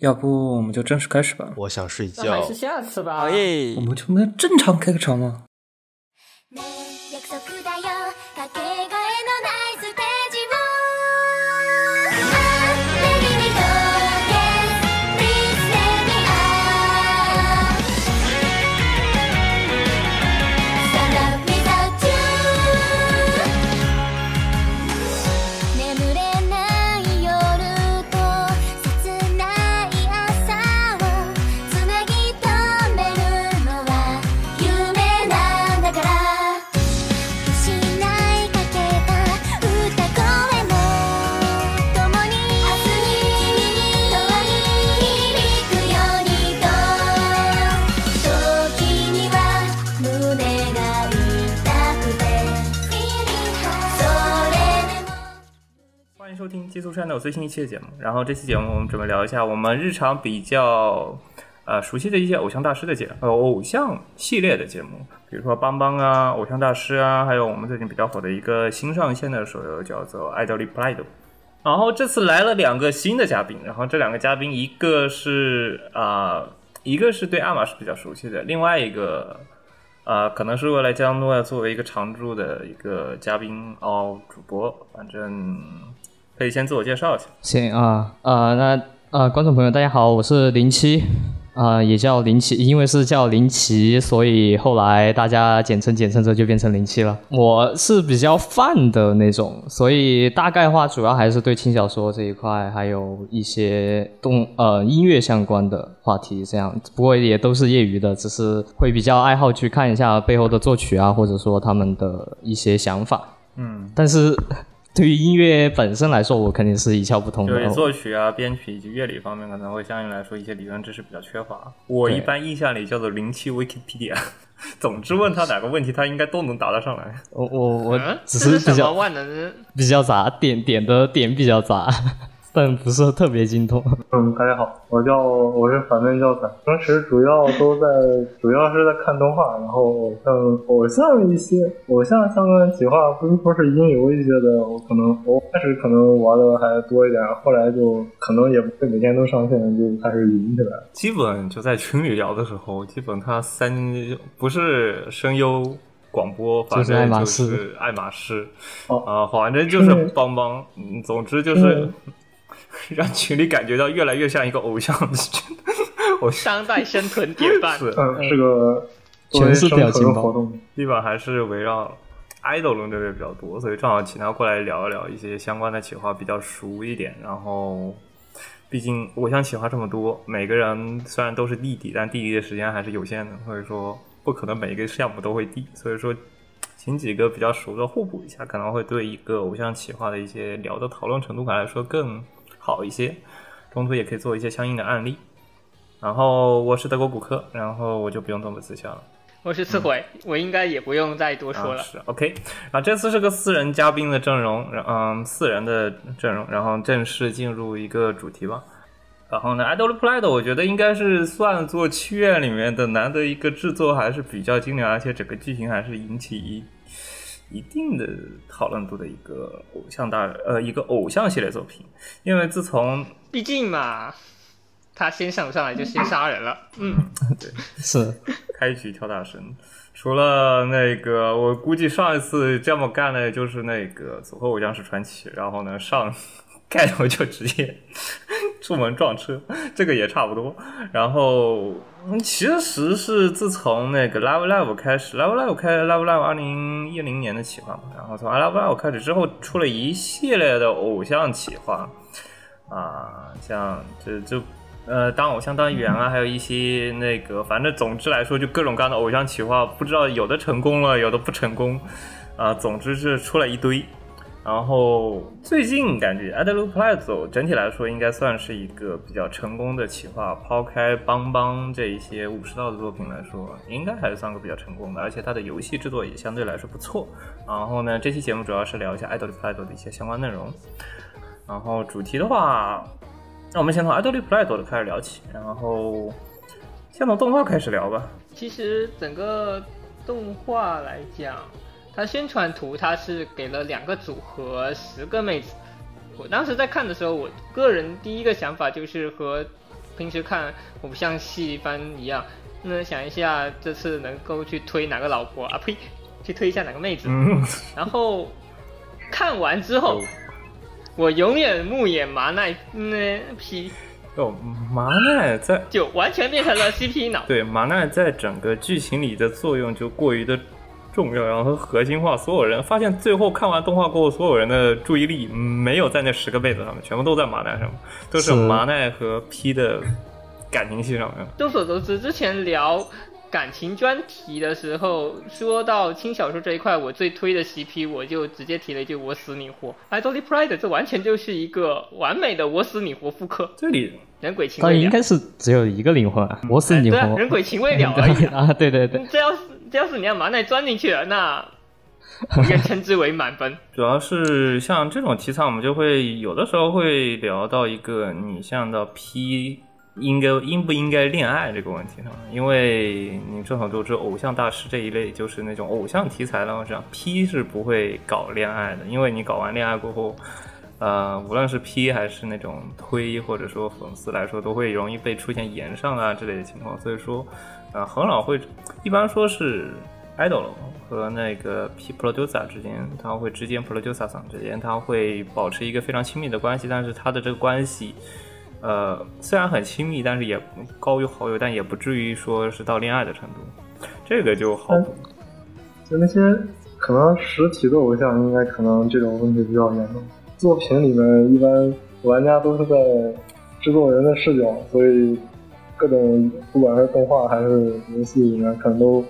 要不我们就正式开始吧？我想睡那还觉是。下次吧。好耶我！们就没有正常开个场吗？ねえ約束だよかけがえのないステージをレディミドーケン Please let me out Stand up without you 眠れない夜と切ない朝をつなぎ止めるのは夢なんだから失いかけた歌声も共に明日に君に永遠に響くようにと時には胸が痛くてそれでも欢迎收听基础山的最新一期的节目。然后这期节目我们准备聊一下我们日常比较呃熟悉的一些偶像大师的节呃偶像系列的节目，比如说邦邦啊、偶像大师啊，还有我们最近比较火的一个新上线的手游叫做《爱豆力 Pride》。然后这次来了两个新的嘉宾，然后这两个嘉宾一个是啊、呃一个是对阿玛是比较熟悉的，另外一个啊，可能是未来将诺亚作为一个常驻的一个嘉宾哦，主播，反正可以先自我介绍一下。行啊啊、那啊、观众朋友大家好，我是林七啊、也叫林奇，因为是叫林奇，所以后来大家简称简称之后就变成林七了。我是比较泛的那种，所以大概话主要还是对轻小说这一块，还有一些动呃音乐相关的话题这样。不过也都是业余的，只是会比较爱好去看一下背后的作曲啊，或者说他们的一些想法。嗯，但是 对于音乐本身来说，我肯定是一窍不通的。哦就是作曲啊、编曲以及乐理方面，可能会相应来说一些理论知识比较缺乏。我对一般印象里叫做零七 Wikipedia。总 之，问他哪个问题，他应该都能答得上来。我我我嗯，只这是什比么 较万能？比较杂，点点的点比较杂， 但不是特别精通。 嗯，大家好，我叫我是反面教材，平时主要都在，主要是在看动画，然后偶像偶像一些偶像相关的企划，不是说是音游一些的，我可能我开始可能玩的还多一点，后来就可能也不会每天都上线，就开始云起来了。基本就在群里聊的时候，基本他三不是声优、广播，反就是爱正马就仕是爱马仕，啊、哦反正 就是嗯帮帮，嗯，总之就是嗯 让群里感觉到越来越像一个偶像，偶像当代生存典范。 是，嗯，是个作全为是生表情存包活动，基本还是围绕 idol 论这边比较多，所以正好请他过来聊一聊一些相关的企划比较熟一点。然后，毕竟偶像企划这么多，每个人虽然都是弟弟，但弟弟的时间还是有限的，所以说不可能每一个项目都会弟，所以说。请几个比较熟的互补一下，可能会对一个偶像企划的一些聊的讨论程度感来说更好一些。中途也可以做一些相应的案例。然后我是德国骨科，然后我就不用这么自洽了。我是刺回，我应该也不用再多说了啊、。是 OK 啊，这次是个四人嘉宾的阵容，然嗯，四人的阵容，然后正式进入一个主题吧。然后呢，Idol Pride，我觉得应该是算作七月里面的难得一个制作还是比较精良，而且整个剧情还是引起一一定的讨论度的一个偶像大呃一个偶像系列作品。因为自从毕竟嘛，他先上不上来就先杀人了。嗯，是开局跳大神。除了那个，我估计上一次这么干的就是那个《组合偶像是传奇》，然后呢上 盖头就直接出门撞车， 这个也差不多。然后嗯其实是自从那个 Love Live 开始，Love Live 开 Love Live 二零一零年的企划嘛，然后从 Love Live 开始之后，出了一系列的偶像企划，啊，像这就呃当偶像当演员啊，还有一些那个，反正总之来说，就各种各样的偶像企划，不知道有的成功了，有的不成功，啊，总之是出了一堆。然后最近感觉 a d e l u p l a z o 整体来说应该算是一个比较成功的企划，抛开邦邦这一些武士道的作品来说，应该还是算个比较成功的，而且它的游戏制作也相对来说不错。然后呢，这期节目主要是聊一下 a d e l u p l a z o 的一些相关内容。然后主题的话，那我们先从 Idol Play 的开始聊起，然后先从动画开始聊吧。其实整个动画来讲，它宣传图它是给了两个组合十个妹子。我当时在看的时候，我个人第一个想法就是和平时看偶像戏番一样。那想一下，这次能够去推哪个老婆啊？呸， 去推一下哪个妹子？嗯，然后看完之后，我永远木野麻奈那批哦，麻奈在就完全变成了 CP 脑。对麻奈在整个剧情里的作用就过于的重要，然后核心化所有人。发现最后看完动画过后，所有人的注意力嗯没有在那十个妹子上面，全部都在麻奈上面，都是是麻奈和 P 的感情戏上面。众所周知，之前聊感情专题的时候，说到轻小说这一块，我最推的 CP，我就直接提了一句“我死你活哎 ”，Idol Pride，这完全就是一个完美的“我死你活”复刻，这里 人鬼情他未应了。该是只有一个灵魂啊，我死你对活。啊，人鬼情未了而已啊，对对对，这要是这要是你让麻奈钻进去了，那我应该称之为满 分。主要是像这种题材，我们就会有的时候会聊到一个你像到 P 应该应不应该恋爱这个问题上，因为你众所周知，偶像大师这一类就是那种偶像题材的话，这样 P 是不会搞恋爱的，因为你搞完恋爱过后。呃，无论是 P 还是那种推或者说粉丝来说，都会容易被出现延上啊之类的情况，所以说，呃，很少会，一般说是 idol 和那个 P producer 之间，他会之间 producer 上之间，他会保持一个非常亲密的关系，但是他的这个关系，呃，虽然很亲密，但是也高于好友，但也不至于说是到恋爱的程度，这个就嗯好不就那些可能实体的偶像，应该可能这种问题比较严重。作品里面一般玩家都是在制作人的视角，所以各种不管是动画还是游戏里面，可能都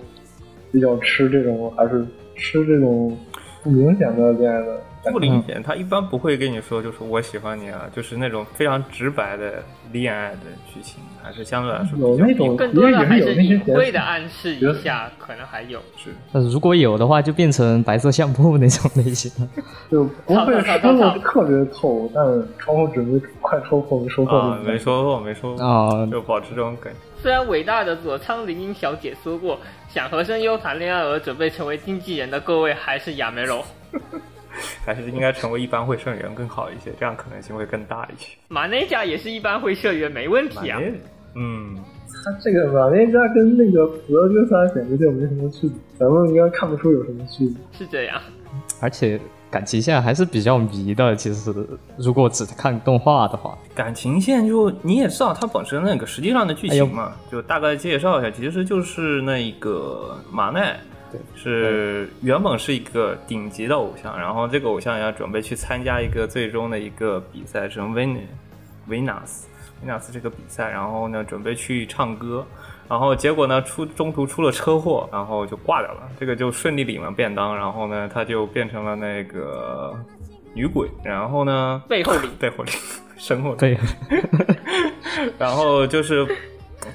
比较吃这种，还是吃这种不明显的恋爱的感不觉。明显，他一般不会跟你说就是我喜欢你啊，就是那种非常直白的恋爱的剧情，还是相对来说有比较那种更多的还是隐晦也有那些的暗示觉得一下，可能还有。是呃如果有的话，就变成白色相簿那种类型了。就不会说的特别透，但窗户纸没快戳破没戳破啊，就没说错，没说错， 啊就保持这种梗。虽然伟大的佐仓绫音小姐说过，想和声优谈恋爱而准备成为经纪人的各位还是亚梅罗。还是应该成为一般会社员更好一些，这样可能性会更大一些。马内甲也是一般会社员，没问题啊。嗯，他这个马内加跟那个普罗丁萨简直就没什么区别，咱们应该看不出有什么区别。是这样，而且感情线还是比较迷的。其实，如果只看动画的话，感情线就你也知道，它本身那个实际上的剧情嘛，就大概介绍一下，其实就是那个马奈。是原本是一个顶级的偶像，然后这个偶像要准备去参加一个最终的一个比赛，是维尼维纳斯维纳斯这个比赛，然后呢准备去唱歌，然后结果呢出中途出了车祸，然后就挂掉了，这个就顺利领了便当，然后呢他就变成了那个女鬼，然后呢 背后里背后里身后里对，然后就是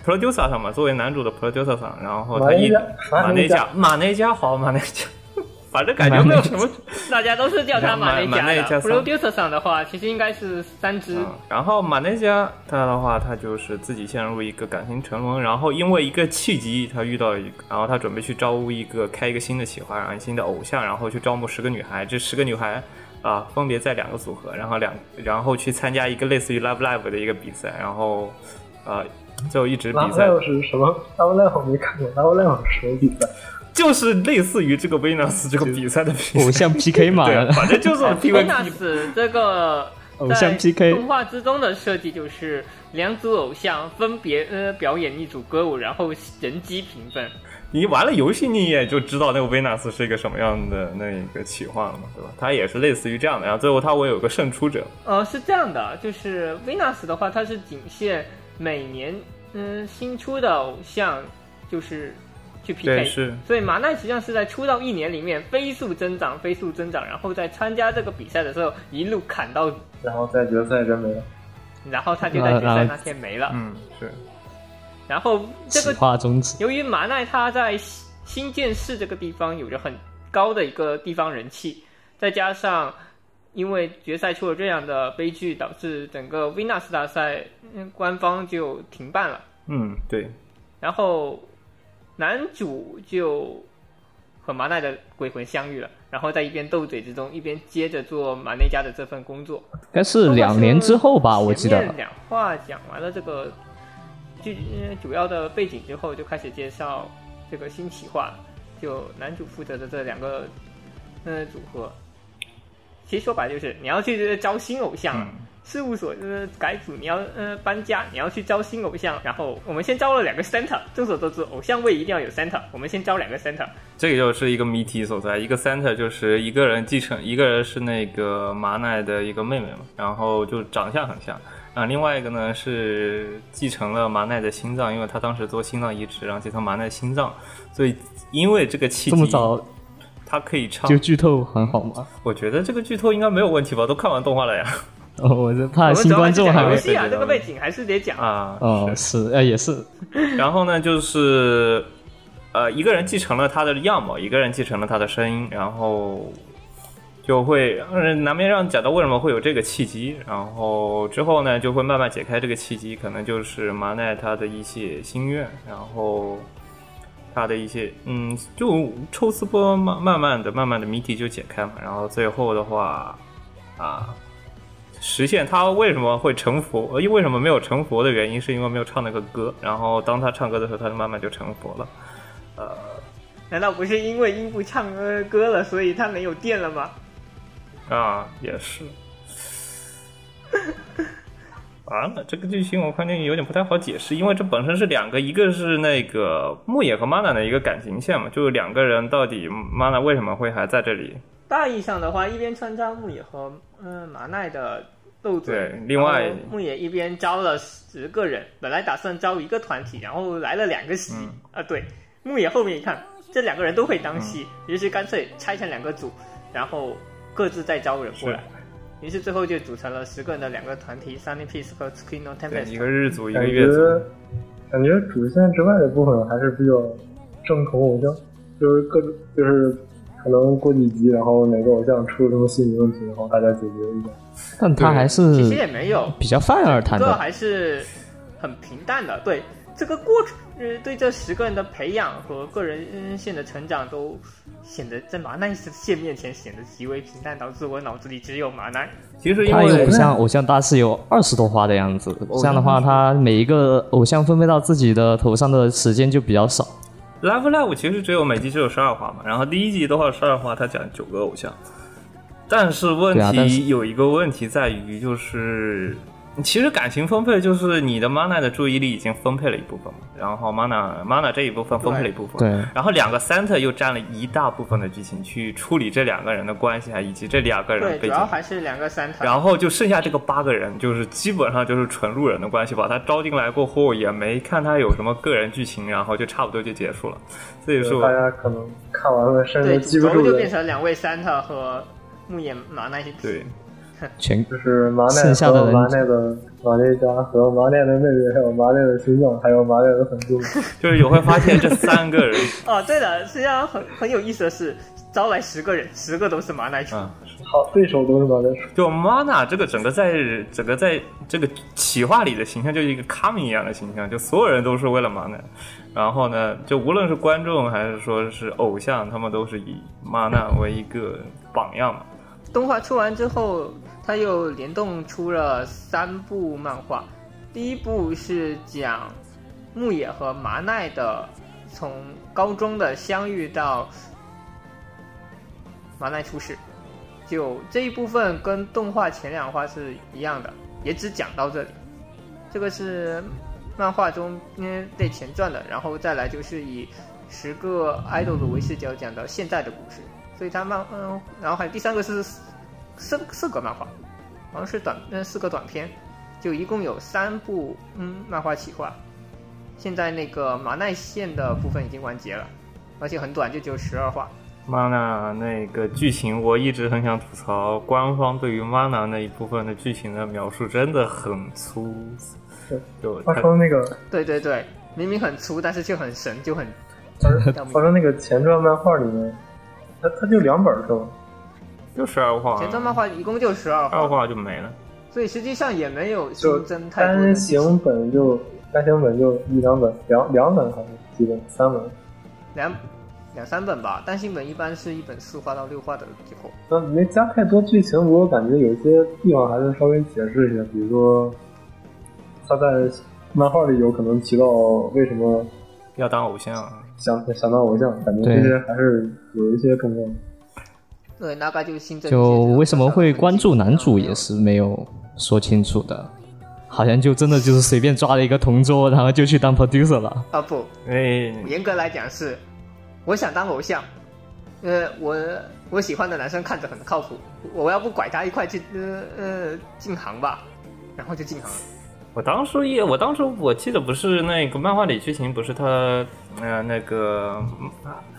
producer 上嘛，作为男主的 producer 上，然后马他内一加马马内内加加马内加好马内加， 反正感觉没有什么。大家都是叫他马内马马内甲甲的。桑 producer 上的话，其实应该是三只。嗯然后马内加他的话，他就是自己陷入一个感情沉沦，然后因为一个契机，他遇到一个，然后他准备去招募一个开一个新的企划，然后新的偶像，然后去招募十个女孩，这十个女孩。啊，分别在两个组合，然后两，然后去参加一个类似于 Love Live 的一个比赛，然后，呃，就一直比拉布赛莱姆是什么？拉布莱姆没看过，拉布莱姆是什么比赛？就是类似于这个 Venus 这个比赛的比偶赛，像 PK 嘛，对，反正就是维 P 纳 V 斯 这个偶像在 PK 动画之中的设计就是两组偶像分别呃表演一组歌舞，然后人机评分。你玩了游戏，你也就知道那个 Venus 是一个什么样的那个企划了嘛，对吧？它也是类似于这样的，然后最后它会有个胜出者，呃，是这样的，就是 Venus 的话，它是仅限每年嗯新出的偶像就是去 PK，对是所以马奈实际上是在出道一年里面飞速增长，飞速增长，然后在参加这个比赛的时候一路砍到底，然后在决赛真没了。然后他就在决啊赛然后那天没了。呃嗯，是然后这企个划终止。由于马奈他在新新建市这个地方有着很高的一个地方人气，再加上因为决赛出了这样的悲剧，导致整个 Venus 大赛嗯官方就停办了。嗯，对，然后男主就和麻奈的鬼魂相遇了，然后在一边斗嘴之中，一边接着做马内家的这份工作。应该是两年之后吧，我记得前面两话讲完了这个剧呃主要的背景之后，就开始介绍这个新企划，就男主负责的这两个呃组合。其实说白了就是你要去呃招新偶像嗯嗯啊，事务所呃改组，你要呃搬家，你要去招新偶像，然后我们先招了两个 center。众所周知，偶像位一定要有 center，我们先招两个 center。这个就是一个谜题所在。一个 center 就是一个人继承，一个人是那个马奶的一个妹妹嘛，然后就长相很像。然后另外一个呢是继承了马奈的心脏，因为他当时做心脏移植，然后继承马奈的心脏，所以因为这个契机，这么早他可以唱就。剧透很好吗？我觉得这个剧透应该没有问题吧？都看完动画了呀。哦，我是我怕们新主要还观是众还讲游没。戏啊，对对对这个背景还是得讲。啊，哦，是，呃，也是，然后呢，就是呃，一个人继承了他的样貌，一个人继承了他的声音，然后就会让人难免让你讲到为什么会有这个契机。然后之后呢，就会慢慢解开这个契机，可能就是麻奈他的一些心愿，然后。他的一些嗯，就抽丝剥慢慢慢的、慢慢的谜题就解开嘛，然后最后的话啊，实现他为什么会成佛，呃，为什么没有成佛的原因，是因为没有唱那个歌。然后当他唱歌的时候，他就慢慢就成佛了。难道不是因为英布唱呃歌了，所以他没有电了吗？啊，也是。 完了，这个剧情我发现有点不太好解释，因为这本身是两个，一个是那个牧野和玛娜的一个感情线嘛，就是两个人到底玛娜为什么会还在这里？大意上的话，一边穿插牧野和嗯、呃、马奈的斗嘴，对另外然后牧野一边招了十个人，本来打算招一个团体，然后来了两个戏、嗯啊，对，牧野后面一看这两个人都会当戏，嗯于是干脆拆成两个组，然后各自再招人过来，于是最后就组成了十个人的两个团体，Sunny Peace 和 s k i n o 对， Tempest 一。个日族，一个感月觉族。感觉主线之外的部分还是比较正统偶像，就是各种就是可能过几集，然后哪个偶像出了什么心理问题，然后大家解决一下。但他还其实也是没有，比较泛而谈这的。还是很平淡的。对这个过程，呃，对这十个人的培养和个人嗯线的成长，都显得在马奈线面前显得极为平淡，导致我脑子里只有马奈。其实因他又为不像偶像大师有二十多花的样子，这样的话，他每一个偶像分配到自己的头上的时间就比较少。 Love Live 其实只有每集只有十二话嘛，然后第一集的话十二话，它讲九个偶像，但是问对啊但是题有一个问题在于就是，其实感情分配就是你的 mana 的注意力已经分配了一部分嘛，然后 mana mana 这一部分分配了一部分，对，然后两个 center 又占了一大部分的剧情去处理这两个人的关系啊，以及这两个人的对，主背景要。还是两个三团。然后就剩下这个八个人，就是基本上就是纯路人的关系，把他招进来过后也没看他有什么个人剧情，然后就差不多就结束了。这也是我大家可能看完了，甚对，至记不主住轴就的变，成两位三特和木野马奈一起。对，全就是麻奈剩下的和人麻奈的马内家和麻奈的妹妹，还有麻奈的心脏，还有麻奈的粉丝。就是有会发现这三个人，哦，对了，实际上很很有意思的是，招来十个人，十个都是马奈出。嗯，好，对手都是麻奈出。就 Mana 这个整个在整个在这个企划里的形象就是一个卡米一样的形象，就所有人都是为了 Mana，然后呢，就无论是观众还是说是偶像，他们都是以 Mana 为一个榜样嘛。动画出完之后，他又联动出了三部漫画，第一部是讲牧野和麻奈的从高中的相遇到麻奈出世，就这一部分跟动画前两话是一样的，也只讲到这里。这个是漫画中嗯对前传的，然后再来就是以十个 idol 为视角讲的现在的故事，所以它漫嗯，然后还有第三个是四四四个漫画，好像是短嗯四个短片，就一共有三部嗯漫画企划。现在那个马奈线的部分已经完结了，而且很短，就只有十二话。 Mana 那个剧情，我一直很想吐槽，官方对于 Mana 那一部分的剧情的描述真的很粗，就话说那个，对对对，明明很粗，但是却很神，就很要命话说那个前传漫画里面，它它就两本是吧？就十二话，前传漫画一共就十哦二二话，话就没了。所以实际上也没有就新增太多的单剧情。行本就单行本就一两本，两两本还是几本？三本？两两三本吧，单行本一般是一本四话到六话的结果。那没加太多剧情，不过感觉有些地方还是稍微解释一下，比如说他在漫画里有可能提到为什么要当偶像啊。想想当偶像，感觉对这些还是有一些重要的。对，那个就是新增就为什么会关啊注男主也是没有说清楚的，好像就真的就是随便抓了一个同桌，然后就去当 producer 了。啊不，哎，严格来讲是，我想当偶像，呃，我我喜欢的男生看着很靠谱，我要不拐他一块进呃呃进行吧，然后就进行了。我当初也，我当初我记得不是那个漫画里剧情，不是他，呃，那个，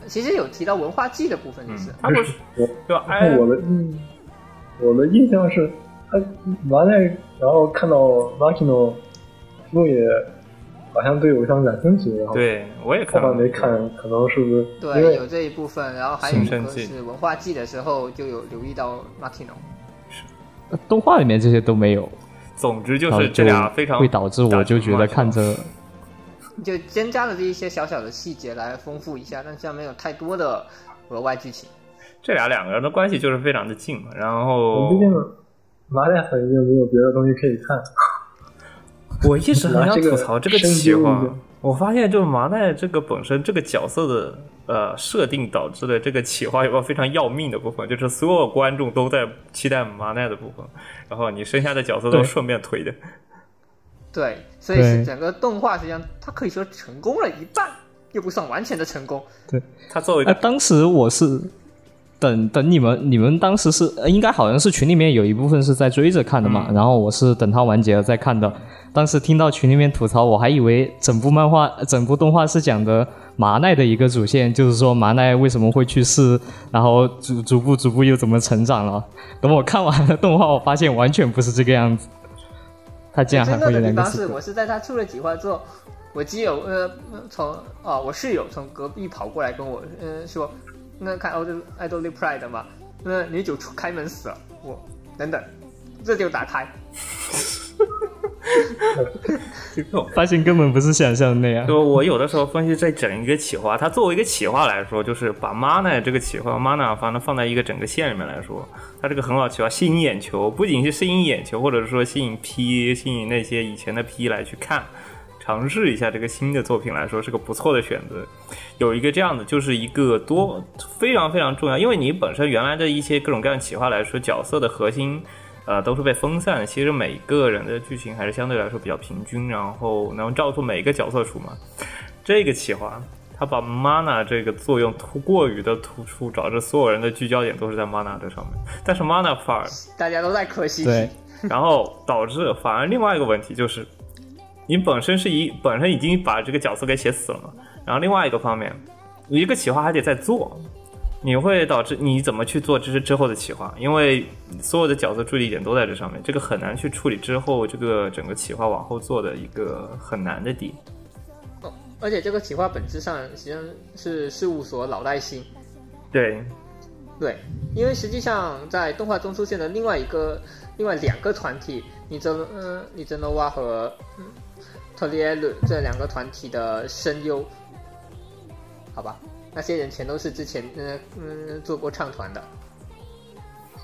其实有提到文化祭的部分，就嗯是、，他不是我就然挨后我哎的嗯印，我的印象是，他完了，然后看到 Makino，路也好像对偶像感兴趣，然后对我也后看了面没看，可能是不是因对为有这一部分，然后还有新一个生祭是文化祭的时候就有留意到 Martino，动画里面这些都没有，总之就然后是这俩非常会导致我就觉得看着就增加了这一些小小的细节来丰富一下，但是没有太多的额外剧情。这俩两个人的关系就是非常的近嘛。然我后毕竟麻袋粉已经没有别的东西可以看，我一直很想吐槽这个企拿划这个，我发现就是麻奈这个本身这个角色的呃设定导致的这个企划有个非常要命的部分，就是所有观众都在期待麻奈的部分，然后你剩下的角色都对顺便推的。对，所以是对整个动画实际上它可以说成功了一半，又不算完全的成功。他作为一呃，个当时我是等等你们，你们当时是呃应该好像是群里面有一部分是在追着看的嘛，然后我是等它完结了再看的。当时听到群里面吐槽，我还以为整部漫画、呃整部动画是讲的麻奈的一个主线，就是说麻奈为什么会去世，然后逐逐步逐步又怎么成长了。等我看完了动画，我发现完全不是这个样子。他竟然还真会正有的两地个方死是，鬼我是在他出了企划之后，我基友呃从哦我室友从隔壁跑过来跟我呃说，那看《奥德爱豆 Pride》嘛，那女主出开门死了，我等等，这就打开，这种发现根本不是想象的那样。就我有的时候分析这整一个企划，它作为一个企划来说，就是把 mana 这个企划 mana 反正放在一个整个线里面来说，它这个很好的企划，吸引眼球，不仅是吸引眼球，或者说吸引 P，吸引那些以前的 P 来去看，尝试一下这个新的作品来说是个不错的选择。有一个这样的，就是一个多非常非常重要，因为你本身原来的一些各种各样的企划来说，角色的核心。呃，都是被分散的。其实每个人的剧情还是相对来说比较平均，然后能照出每一个角色出嘛。这个企划，他把 mana 这个作用突过于的突出，导致所有人的聚焦点都是在 mana 这上面。但是 mana 反而，大家都在磕西对西，，然后导致反而另外一个问题就是，你本身是一本身已经把这个角色给写死了嘛，然后另外一个方面，一个企划还得再做，你会导致你怎么去做这是之后的企划，因为所有的角色注意力点都在这上面，这个很难去处理之后这个整个企划往后做的一个很难的点。而且这个企划本质上实际上是事务所老带新，对，对，因为实际上在动画中出现的另外一个、另外两个团体，尼泽嗯，尼泽诺瓦和嗯特利埃鲁这两个团体的声优，好吧，那些人全都是之前嗯嗯做过唱团的，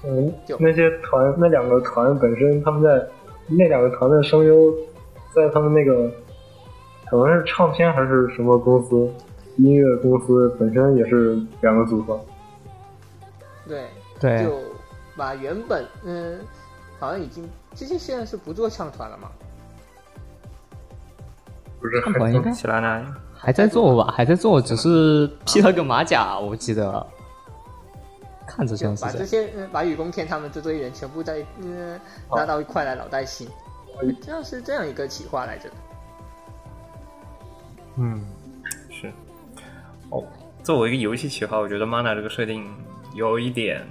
嗯就，那些团那两个团本身他们在那两个团的声优，在他们那个可能是唱片还是什么公司音乐公司本身也是两个组合，对，对就把原本嗯好像已经最近现在是不做唱团了嘛，不是看很团应该起来呢，还在做吧，还在做，只是披了个马甲，我记得，看着就像是把这这样。些嗯把雨宫天他们这堆人全部在嗯好拉到一块来老带新，这样是这样一个企划来着。嗯，是。哦，作为一个游戏企划，我觉得 mana 这个设定有一点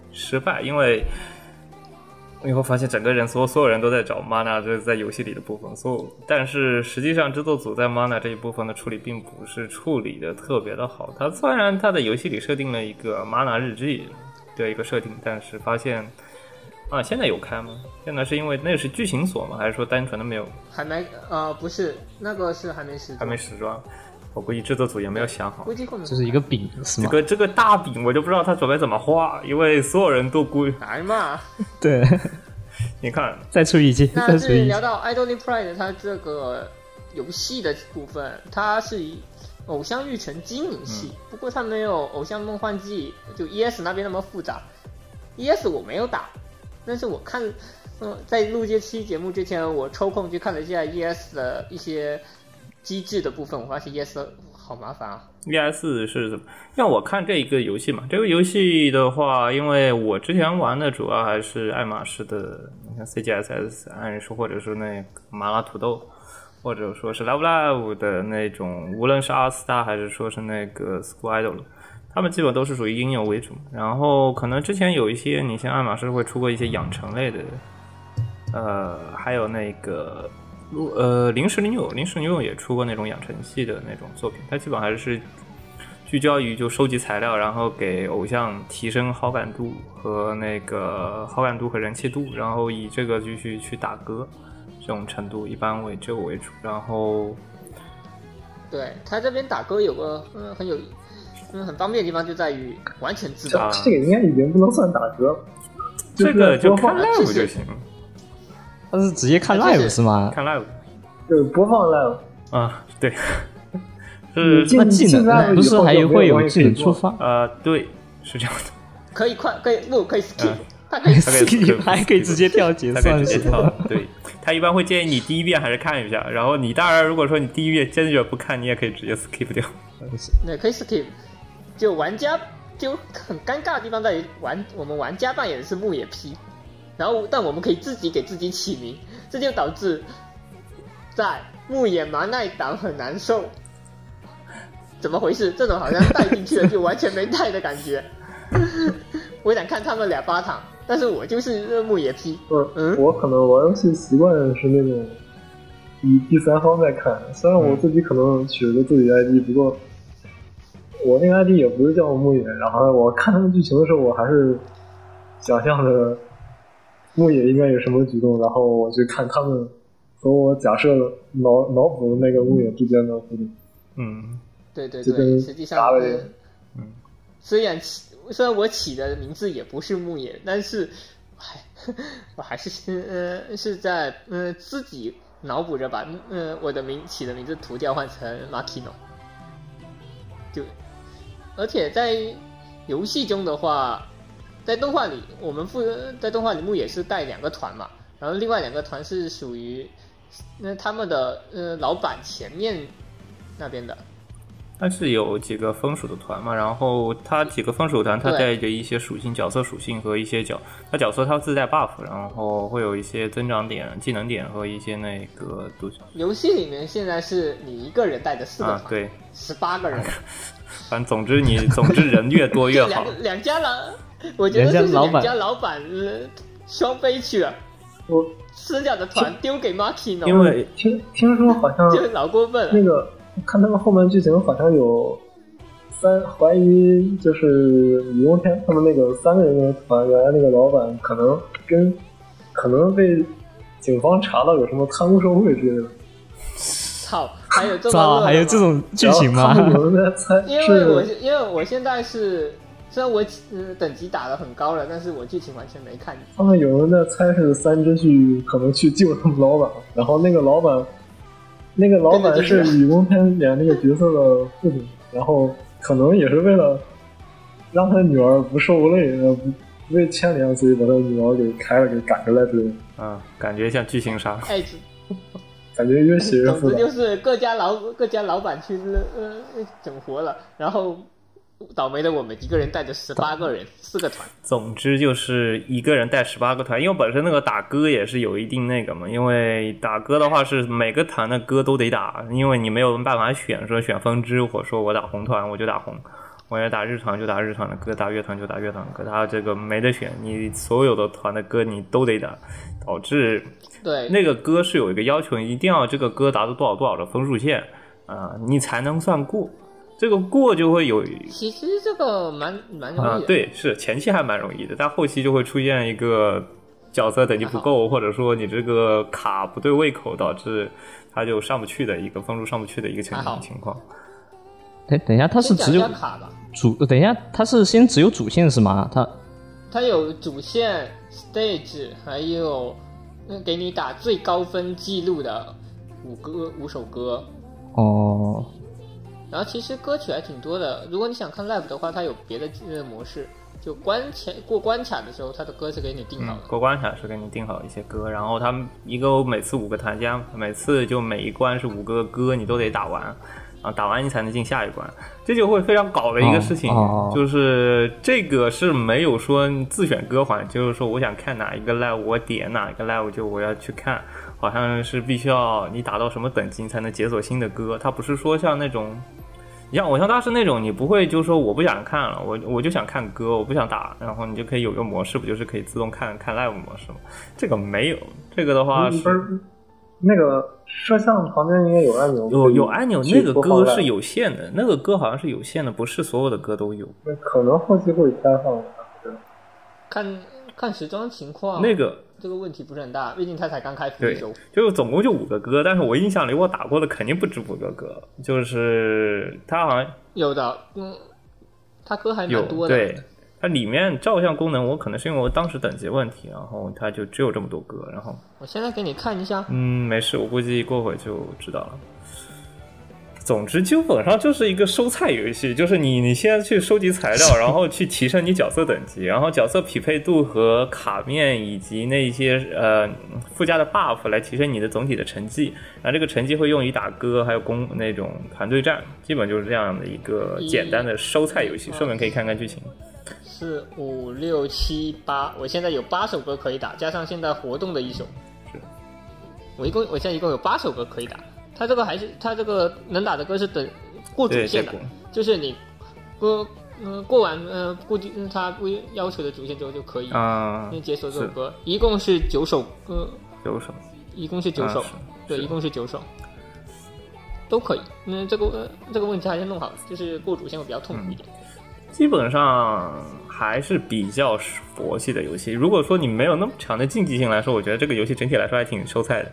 失败，因为你会发现整个人所有所有人都在找 mana 这在游戏里的部分，所有但是实际上制作组在 mana 这一部分的处理并不是处理的特别的好。它虽然它在游戏里设定了一个 mana 日记的一个设定，但是发现。啊，现在有开吗？现在是因为那是剧情锁吗？还是说单纯的没有还没呃，不是那个是还没始作，还没时装，我估计制作组也没有想好估。计后面就是一个饼这是吗？个这个大饼我就不知道他准备怎么画，因为所有人都估来嘛，对， 你看，再出一季，那再出至于一季聊。到《Idol Pride》它这个游戏的部分，它是以偶像育成经营系，不过它没有《偶像梦幻季》就 ES 那边那么复杂。ES 我没有打，但是我看，嗯、在录这期节目之前，我抽空去看了一下 ES 的一些机制的部分，我发现 ES 好麻烦啊。 VS 是怎么？让我看这一个游戏嘛。这个游戏的话，因为我之前玩的主要还是爱马仕的，你看 CGSS，按说或者是那个麻辣土豆，或者说是 Love Live 的那种，无论是 R Star 还是说是那个 School Idol，他们基本都是属于音乐为主。然后可能之前有一些，你像爱马仕会出过一些养成类的，呃，还有那个如呃，临时女友，临时女友也出过那种养成系的那种作品，它基本还是聚焦于就收集材料，然后给偶像提升好感度和那个好感度和人气度，然后以这个继续去打歌，这种程度一般为这个为主。然后对他这边打歌有个嗯很有嗯很方便的地方就在于完全自啊动，这个应该已经不能算打折了，这个就看播放 live 就是就行，但是直接看 live 是吗？看 live 就是播放 live。啊，对，你是进那技进 live 能不以是后还就没会有东西技可以能触 做发？呃，对，是这样的。可以快可以录可以 skip，、嗯他可以大概是 skip 还可以直接跳结大概算直接是吧跳。对他一般会建议你第一遍还是看一下，然后你当然如果说你第一遍坚决不看，你也可以直接 skip 掉。对可以 skip，就玩家就很尴尬的地方在于玩我们玩家扮演的是牧野 P，然后但我们可以自己给自己起名，这就导致在牧野麻奈党很难受。怎么回事？这种好像带进去了就完全没带的感 觉。我想看他们俩发场，但是我就是牧野 P。我嗯我可能玩游戏习惯是那种以第三方在看，虽然我嗯自己可能取了个自己的 ID，不过我那个 ID 也不是叫牧野，然后我看他们剧情的时候，我还是想象着牧野应该有什么举动，然后我去看他们和我假设的脑脑补的那个牧野之间的互动。嗯，对对就对，跟实际上达我人嗯虽然起虽然我起的名字也不是牧野，但是还我还是呃是在呃自己脑补着把呃我的名起的名字涂掉，换成 Makino。就而且在游戏中的话，在动画里，我们负在动画里牧野是带两个团嘛，然后另外两个团是属于那、他们的呃老板前面那边的，它是有几个分属的团嘛，然后它几个分属团，它对带着一些属性、角色属性和一些角，它角色它自带 buff，然后会有一些增长点、技能点和一些那个独角游戏里面现在是你一个人带着四个啊，团，对，十八、个人，反正总之你总之人越多越 这好两个。两家老，我觉得就两家是老两板家老板呃双飞去了，我剩下的团丢给 Markino，因为听听说好像就老过分那了。个看他们后面剧情好像有三怀疑，就是李中天他们那个三个人的团，原来那个老板可能跟可能被警方查到有什么贪污受贿之类的，操，还有这么恶操，的还有吗这种剧情 吗？然后他们有人在猜因为我是是因为我现在是虽然我嗯等级打的很高了，但是我剧情完全没看。他们有人在猜是三只去可能去救他们老板，然后那个老板那个老板是李中天演那个角色的父亲，然后可能也是为了让他女儿不受累，呃不不被牵连，所以把他女儿给开了，给赶出来之类的，嗯，感觉像剧情杀。哎，感觉越写越总复之杂。就是各家老各家老板去呃整活了，然后倒霉的我们一个人带着十八个人，四个团。总之就是一个人带十八个团，因为本身那个打歌也是有一定那个嘛，因为打歌的话是每个团的歌都得打，因为你没有办法选说选分支，或者说我打红团我就打红，我要打日团就打日团的歌，打乐团就打乐团的歌，他这个没得选，你所有的团的歌你都得打，导致对，那个歌是有一个要求，一定要这个歌达到多少多少的分数线啊、你才能算过，这个过就会有其实这个蛮蛮容易的。啊，对，是前期还蛮容易的，但后期就会出现一个角色等级不够，或者说你这个卡不对胃口，导致他就上不去的一个分数上不去的一个情还好情况。哎，等一下，它是先讲只一有下卡吧，主，等一下，它是先只有主线是吗？它它有主线、stage，还有嗯给你打最高分记录的五歌五首歌，哦，然后其实歌曲还挺多的。如果你想看 live 的话，它有别的呃模式，就关卡过关卡的时候，它的歌是给你定好嗯的。，过关卡是给你定好一些歌，然后他们一个每次五个弹夹，每次就每一关是五个歌，你都得打完，啊，打完你才能进下一关，这就会非常搞的一个事情，哦哦就是这个是没有说自选歌环，就是说我想看哪一个 live 我点哪一个 live 就我要去看，好像是必须要你打到什么等级你才能解锁新的歌，它不是说像那种你像偶像大师那种，你不会就说我不想看了，我我就想看歌，我不想打，然后你就可以有个模式，不就是可以自动看看 live 模式吗？这个没有，这个的话嗯不是是那个摄像旁边应该有按钮，有有按钮，去那个播放歌量是有限的，那个歌好像是有限的，不是所有的歌都有。哦那可能后期会开放吧。对看看时装情况，嗯那个这个问题不是很大，毕竟它才刚开服对一周。就总共就五个歌，但是我印象里我打过的肯定不止五个歌，就是它好像有的，嗯，它歌还有蛮多的。对，它里面照相功能，我可能是因为我当时等级问题，然后它就只有这么多歌，然后我现在给你看一下，嗯，没事，我估计过会就知道了。总之，基本上就是一个收菜游戏，就是你你先去收集材 料，然后去提升你角色等级，然后角色匹配度和卡面以及那些呃附加的 buff 来提升你的总体的成绩。然后这个成绩会用于打歌，还有攻那种团队战，基本就是这样的一个简单的收菜游戏。顺便可以看看剧情。四五六七八，我现在有八首歌可以打，加上现在活动的一首，是我一共我现在一共有八首歌可以打。它这个还是它这个能打的歌是等过主对，结线的果，就是你过嗯、过完呃固定嗯它规要求的主线之后就可以啊，嗯解锁这首是歌，一共是九首歌，有什么？一共是九啊首，是对，是一共是九首，都可以。嗯，这个、呃、这个问题还是弄好，就是过主线会比较痛嗯苦一点。基本上还是比较佛系的游戏。如果说你没有那么强的竞技性来说，我觉得这个游戏整体来说还挺收菜的。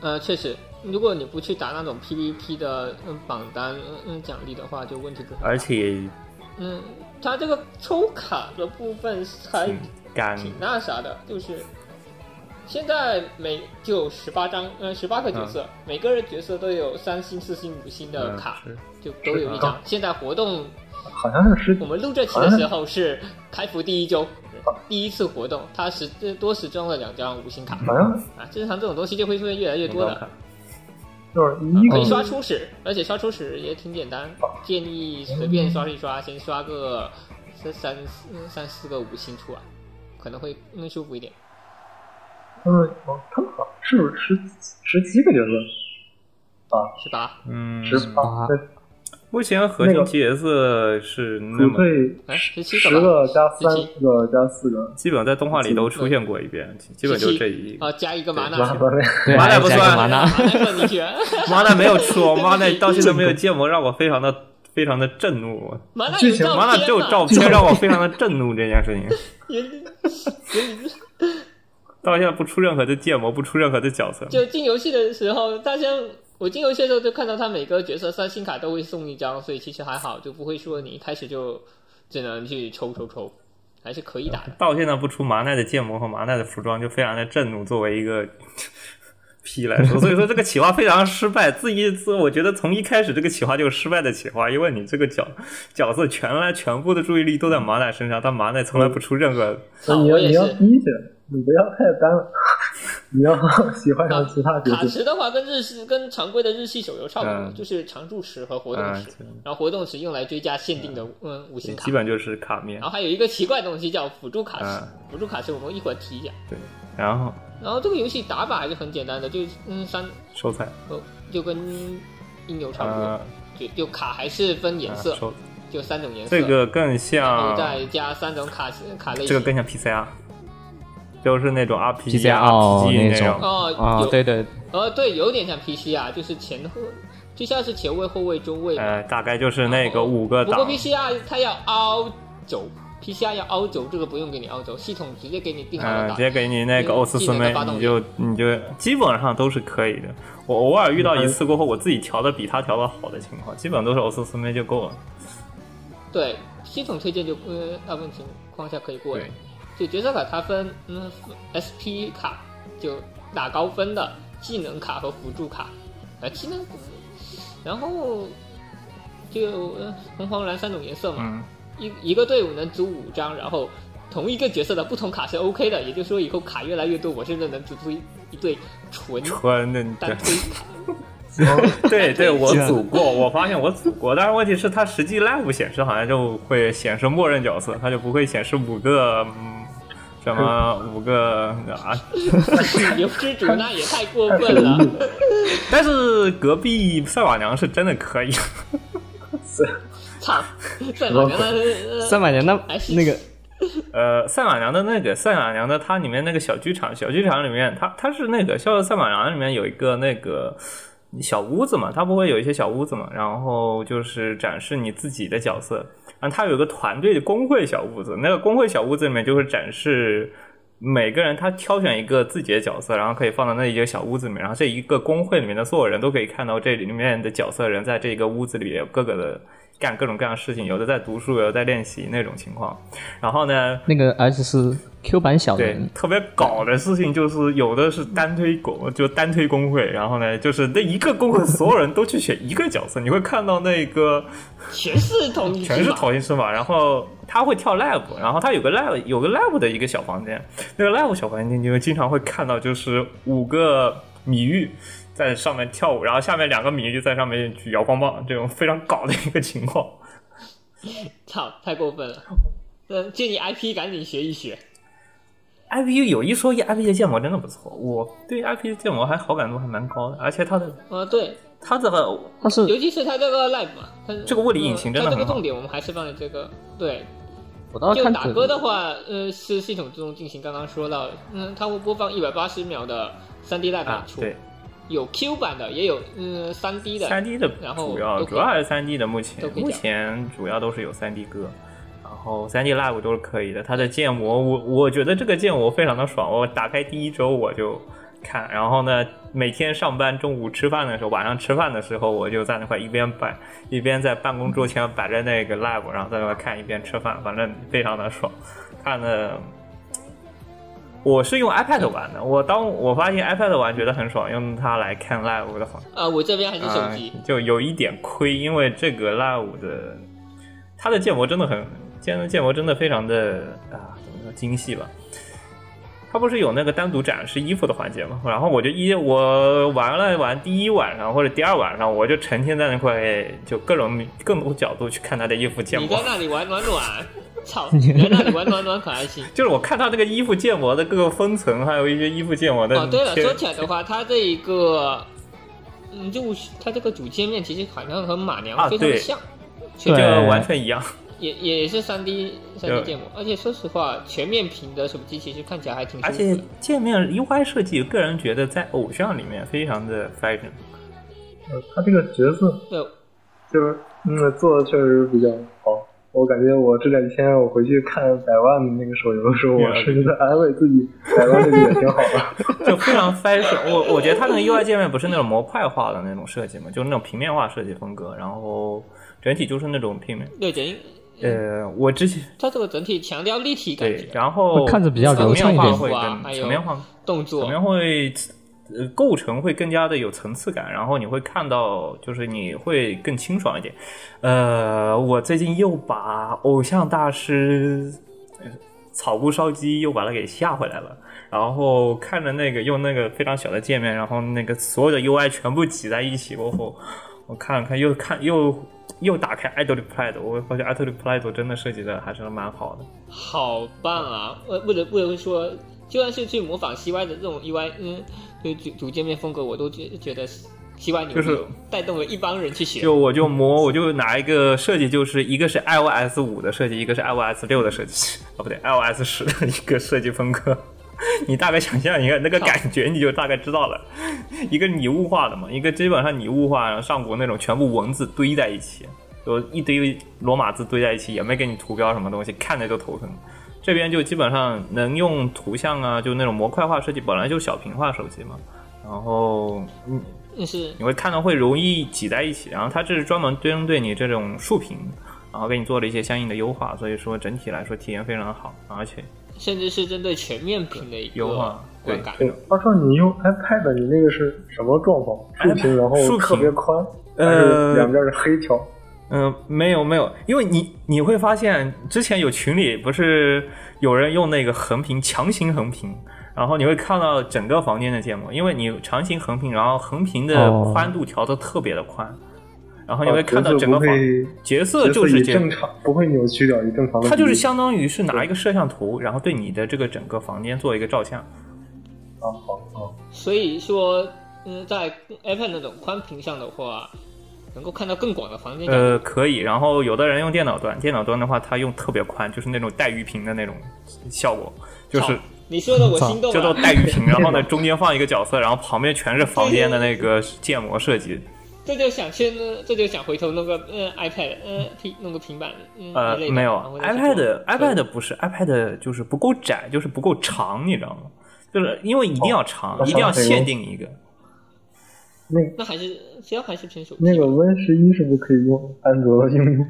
呃，确实，如果你不去打那种 PVP 的嗯榜单嗯嗯奖励的话，就问题不很大。而且嗯，它这个抽卡的部分还挺干，挺那啥的，就是现在每就有十八张，呃，十八个角色，每个人角色都有三星、四星、五星嗯的卡，是哦就都有一张。现在活动好像是十我们录这啊期的时候是开服第一周，第一次活动，它时多时装了两张五星卡嗯好像啊。正常这种东西就会会越来越挺多高卡的，。就是一嗯可以个刷初始，而且刷初始也挺简单，哦建议随便刷一刷，先刷个三三嗯三四个五星出来，可能会更舒服一点。他们哦他们好像是不是十十七个角色？是吧？嗯，十八嗯，对目前核心角色是那组么，队哎，十七十个吧，个加三十七个加四个，基本在动画里都出现过一遍，基本就这一啊、。加一个麻完纳了，完了对，麻辣还不加个算麻辣，麻纳克尼 犬，妈蛋没有出，妈蛋到现在没有建模，让我非常的非常的震怒。 麻纳剧有情妈蛋只有照照片片让我非常的震怒，这件事情嘛，到现在不出任何的建模，不出任何的角色。就进游戏的时候，大家我进游戏的时候就看到他每个角色三星卡都会送一张，所以其实还好，就不会说你一开始就只能去抽抽抽，还是可以打的。到现在不出麻奈的建模和麻奈的服装，就非常的震怒。作为一个 P 来说，所以说这个企划非常失败。自一自我觉得从一开始这个企划就是失败的企划，因为你这个角角色全来全部的注意力都在麻奈身上，但麻奈从来不出任何。所以啊你要我也你要是低下，你不要太单了， 你要喜欢上其他角卡色。池的话跟日系跟常规的日系手游差不多，嗯就是常驻池和活动嗯池，，然后活动池用来追加限定的嗯五这星卡基。本就是卡面然。后还有一个奇怪的东西叫辅助卡池，嗯辅助卡池我们一会儿提一下。然后然后这个游戏打法还是很简单的，就嗯三收菜，呃就跟音游差不多，呃，就就卡还是分颜呃色，收就三种颜色，这个更然后像再加三种卡卡类型。这个更像 PCR，就是那种 RPG PCR 哦 RPG 那种种。哦啊，有对对，呃对，有点像 PC 啊，就是前后就像是前卫、后卫、中卫嘛。呃，大概就是那个然后五个不档过，PCR 它要凹轴，PCR 要凹轴，这个不用给你凹轴，系统直接给你定好了嗯，档。直接给你那个欧四四妹，你就你就基本上都是可以的。我偶尔遇到一次过后，我自己调的比他调的好的情况，基本都是欧四四妹就够了。对，系统推荐就呃大部分情况下可以过的对。就角色卡它分嗯 SP 卡，就打高分的技能卡和辅助卡，呃技能，然后就呃红黄蓝三种颜色嘛，嗯，一一个队伍能组五张，然后同一个角色的不同卡是 OK 的，也就是说以后卡越来越多，我甚至能组出一一对纯纯的你单推卡。 对对，我组过，我发现我组过，但是问题是它实际 live 显示好像就会显示默认角色，它就不会显示五个，嗯，什么五个啊？牛之主那也太过分了，但是隔壁赛马娘是真的可以，操！赛马娘三的百年那还是那个呃，赛马娘的那个赛马娘的，它里面那个小剧场，小剧场里面，它它是那个《笑傲赛马娘》里面有一个那个小屋子嘛，它不会有一些小屋子嘛，然后就是展示你自己的角色，然后它有一个团队的工会小屋子，那个工会小屋子里面就会展示。每个人他挑选一个自己的角色，然后可以放到那一个小屋子里面，然后这一个工会里面的所有人都可以看到这里面的角色人在这个屋子里有各个的干各种各样的事情，有的在读书，有的在练习那种情况。然后呢，那个，而且是 Q 版小对人，，特别搞的事情就是有的是单推工，就单推工会，然后呢，就是那一个工会所有人都去选一个角色，你会看到那个全是同一全只是马，头型是马，然后他会跳 lab，然后他有个 lab 有个 lab 的一个小房间，那个 lab 小房间你会经常会看到就是五个米玉。在上面跳舞，然后下面两个米玉在上面举摇光棒，这种非常搞的一个情 况。操，太过分了。嗯，建议 IP 赶紧学一学。 IP 有一说一，IP 的建模真的不错，我对 IP 的建模还好感度还蛮高的，而且它的啊，对，它的他是尤其是它这个 live 嘛，它这个物理引擎真的它这很个好重点我们还是放在这个对我倒是就看打准歌的话，呃，是系统自动进行。刚刚说到，嗯，它会播放一百八十秒的3 D 大啊演，出，对，有 Q 版的，也有嗯3 D 的。三 D 的然后主要都可以主要还是三 D 的，目都前可以目讲前主要都是有三 D 歌，然后三 D live 都是可以的。它的建模，我我觉得这个建模非常的爽，我打开第一周我就看，然后呢，每天上班中午吃饭的时候，晚上吃饭的时候，我就在那块一边摆一边在办公桌前摆着那个 live，然后在那块看一边吃饭，反正非常的爽，看的。我是用 iPad 玩的，我当我发现 iPad 玩觉得很爽，用它来看 live 的话，啊，我这边还是手机。啊就有一点亏，因为这个 Live 的它的建模真的很，建建模真的非常的啊，怎么说精细吧？它不是有那个单独展示衣服的环节吗？然后我就一我玩了玩第一晚上或者第二晚上，我就成天在那块就各种各种角度去看它的衣服建你模在。那里玩暖暖， 操！你在那里玩暖暖可爱心。就是我看它这个衣服建模的各个分层，还有一些衣服建模的贴。哦，对了，说起来的话，它这一个，嗯，就是它这个主界面其实好像和马啊娘非常对像，就全对完全一样。也也是3 D 3 D 对建模，而且说实话，全面屏的手机其实看起来还挺舒而服且的。界面 UI 设计，个人觉得在偶像里面非常的 fashion。呃他这个角色对，就是嗯做的确实比较好。我感觉我这两天我回去看百万的那个手游的时候，我是在安慰自己，百万这个也挺好的。就非常 fashion。我我觉得它那个 UI 界面不是那种模块化的那种设计嘛，就是那种平面化设计风格，然后整体就是那种平面。对，整呃，我之前它这个整体强调立体感对，觉、然后看着比较流畅一点层面化啊还会更有层面化，动层作，面会呃构成会更加的有层次感，然后你会看到就是你会更清爽一点。呃，我最近又把偶像大师。呃草菇烧鸡又把它给下回来了，然后看着那个用那个非常小的界面，然后那个所有的 UI 全部挤在一起过后，我看了看又看又又打开 Idol Pride，我发现 Idol Pride 真的设计的还是蛮好的。好棒啊！我不得不得说，就算是去模仿 CY 的这种 UI，嗯，就主主界面风格，我都觉觉得 CY 牛逼，就是带动了一帮人去学。就我就磨，我就拿一个设计，就是一个是 iOS 五的设计，一个是 iOS 六的设计，哦不对，iOS 十的一个设计风格。 你大概想象一个那个感觉，你就大概知道了。一个拟物化的嘛，一个基本上拟物化，然后上古那种全部文字堆在一起，就一堆罗马字堆在一起，也没给你图标什么东西，看着就头疼。这边就基本上能用图像啊，就那种模块化设计，本来就小屏化手机嘛，然后嗯。但是你会看到会容易挤在一起。然后它这是专门针对你这种竖屏，然后给你做了一些相应的优化，所以说整体来说体验非常好，而且甚至是针对全面屏的一个优化对观感。对，话说你用 iPad，你那个是什么状况？竖屏，然后哎竖屏特别宽，呃还是两边是黑条？嗯、没有没有，因为你你会发现，之前有群里不是有人用那个横屏强行横屏，然后你会看到整个房间的建模，因为你强行横屏，然后横屏的哦宽度调的特别的宽，然后啊你会看到整个房、角色角就色是以这样正常，不会扭曲掉，以正常的比例。它就是相当于是拿一个摄像头，然后对你的这个整个房间做一个照相。啊，好啊，所以说，嗯，在 iPad 那种宽屏上的话，能够看到更广的房间感。呃，可以。然后有的人用电脑端，电脑端的话，它用特别宽，就是那种带鱼屏的那种效果，就是操你说的我心 动啊叫做了。带鱼屏。然后呢，中间放一个角色，然后旁边全是房间的那个建模设计。这就想去呢，这就想回头弄个嗯 iPad，嗯平弄个平板，嗯呃一类，的没有然后再去做，iPad iPad 不是 iPad，就是不够窄，就是不够长，你知道吗？就是因为一定要长，哦一定要那上次有限定一个。那还是只要还是偏手机吧那个 Win 十一是不可以用安 卓应用，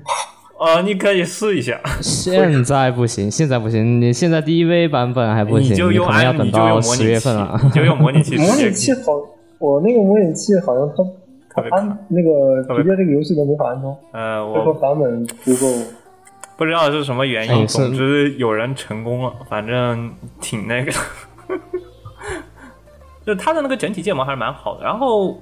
呃，你可以试一下，现在不行，现在不行，你现在 DV 版本还不行，你就用可能要安，等你就用到模十拟月器份了，。你就用模拟 器直模接拟器好，我那个模拟器好像特它啊别 安那个特别直接这个游戏都没法安装，呃，包括我版本不够。不知道是什么原哎因，是总之有人成功了，反正挺那个的。 就它的那个整体建模还是蛮好的，然后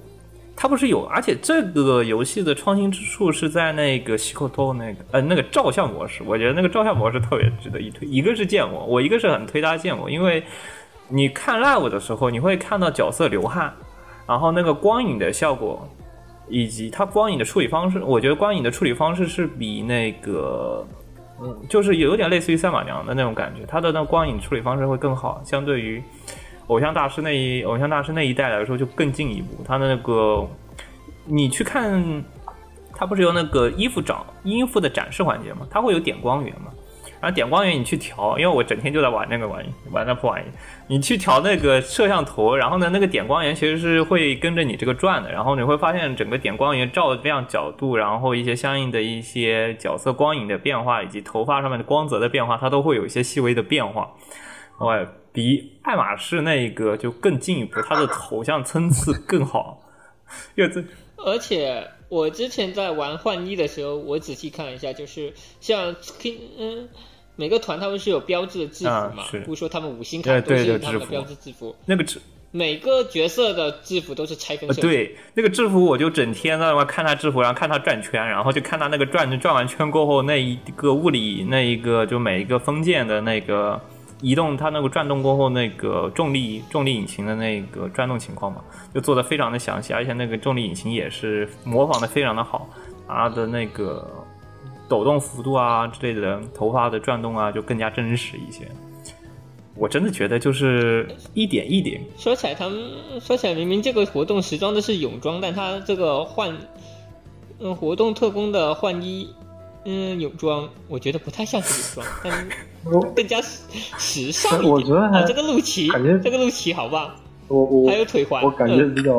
它不是有，而且这个游戏的创新之处是在那个西口透那个呃那个照相模式，我觉得那个照相模式特别值得一推。一个是建模，我一个是很推它建模，因为你看 live 的时候，你会看到角色流汗，然后那个光影的效果，以及它光影的处理方式，我觉得光影的处理方式是比那个。嗯，就是有点类似于赛马娘的那种感觉，它的那个光影处理方式会更好，相对于偶像大师那一偶像大师那一代来说就更进一步，他的那个你去看，他不是有那个衣服展衣服的展示环节吗？它会有点光源嘛，然后点光源你去调，因为我整天就在玩那个玩意，玩那破玩意，你去调那个摄像头，然后呢，那个点光源其实是会跟着你这个转的，然后你会发现整个点光源照亮角度，然后一些相应的一些角色光影的变化，以及头发上面的光泽的变化，它都会有一些细微的变化。我比爱马仕那一个就更进一步，它的头像参差更好。因为这而且我之前在玩幻一的时候，我仔细看了一下，就是像 King，嗯，每个团他们是有标志的制服啊嘛，是不是说他们五星卡对都对是有他们的制服标志制服，那个制、每个角色的制服都是拆分呃设计。，对那个制服，我就整天在那边看他制服，然后看他转圈，然后就看他那个转转完圈过后那一个物理那一个就每一个封建的那个移动，它那个转动过后那个重力重力引擎的那个转动情况嘛，就做的非常的详细，而且那个重力引擎也是模仿的非常的好，它的那个抖动幅度啊之类的，头发的转动啊就更加真实一些。我真的觉得就是一点一点说起来他们说起来明明这个活动时装的是泳装，但他这个换，嗯，活动特工的换衣。嗯，泳装我觉得不太像是泳装， 但我更加时时尚一点。我觉得还啊这个陆琪感觉，这个陆琪好棒，我我还有腿环。我感觉嗯比较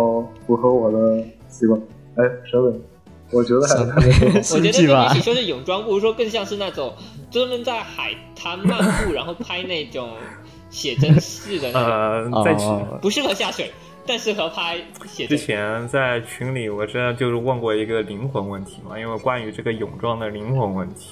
符合我的习惯。哎，沈伟，我觉得还是呃我心觉得计吧比起说是泳装，不如说更像是那种专门在海滩漫步，然后拍那种写真式的那 种，呃，在去。哦不适合下水，但适合拍写之真。前在群里，我这就是问过一个灵魂问题嘛，因为关于这个泳装的灵魂问题，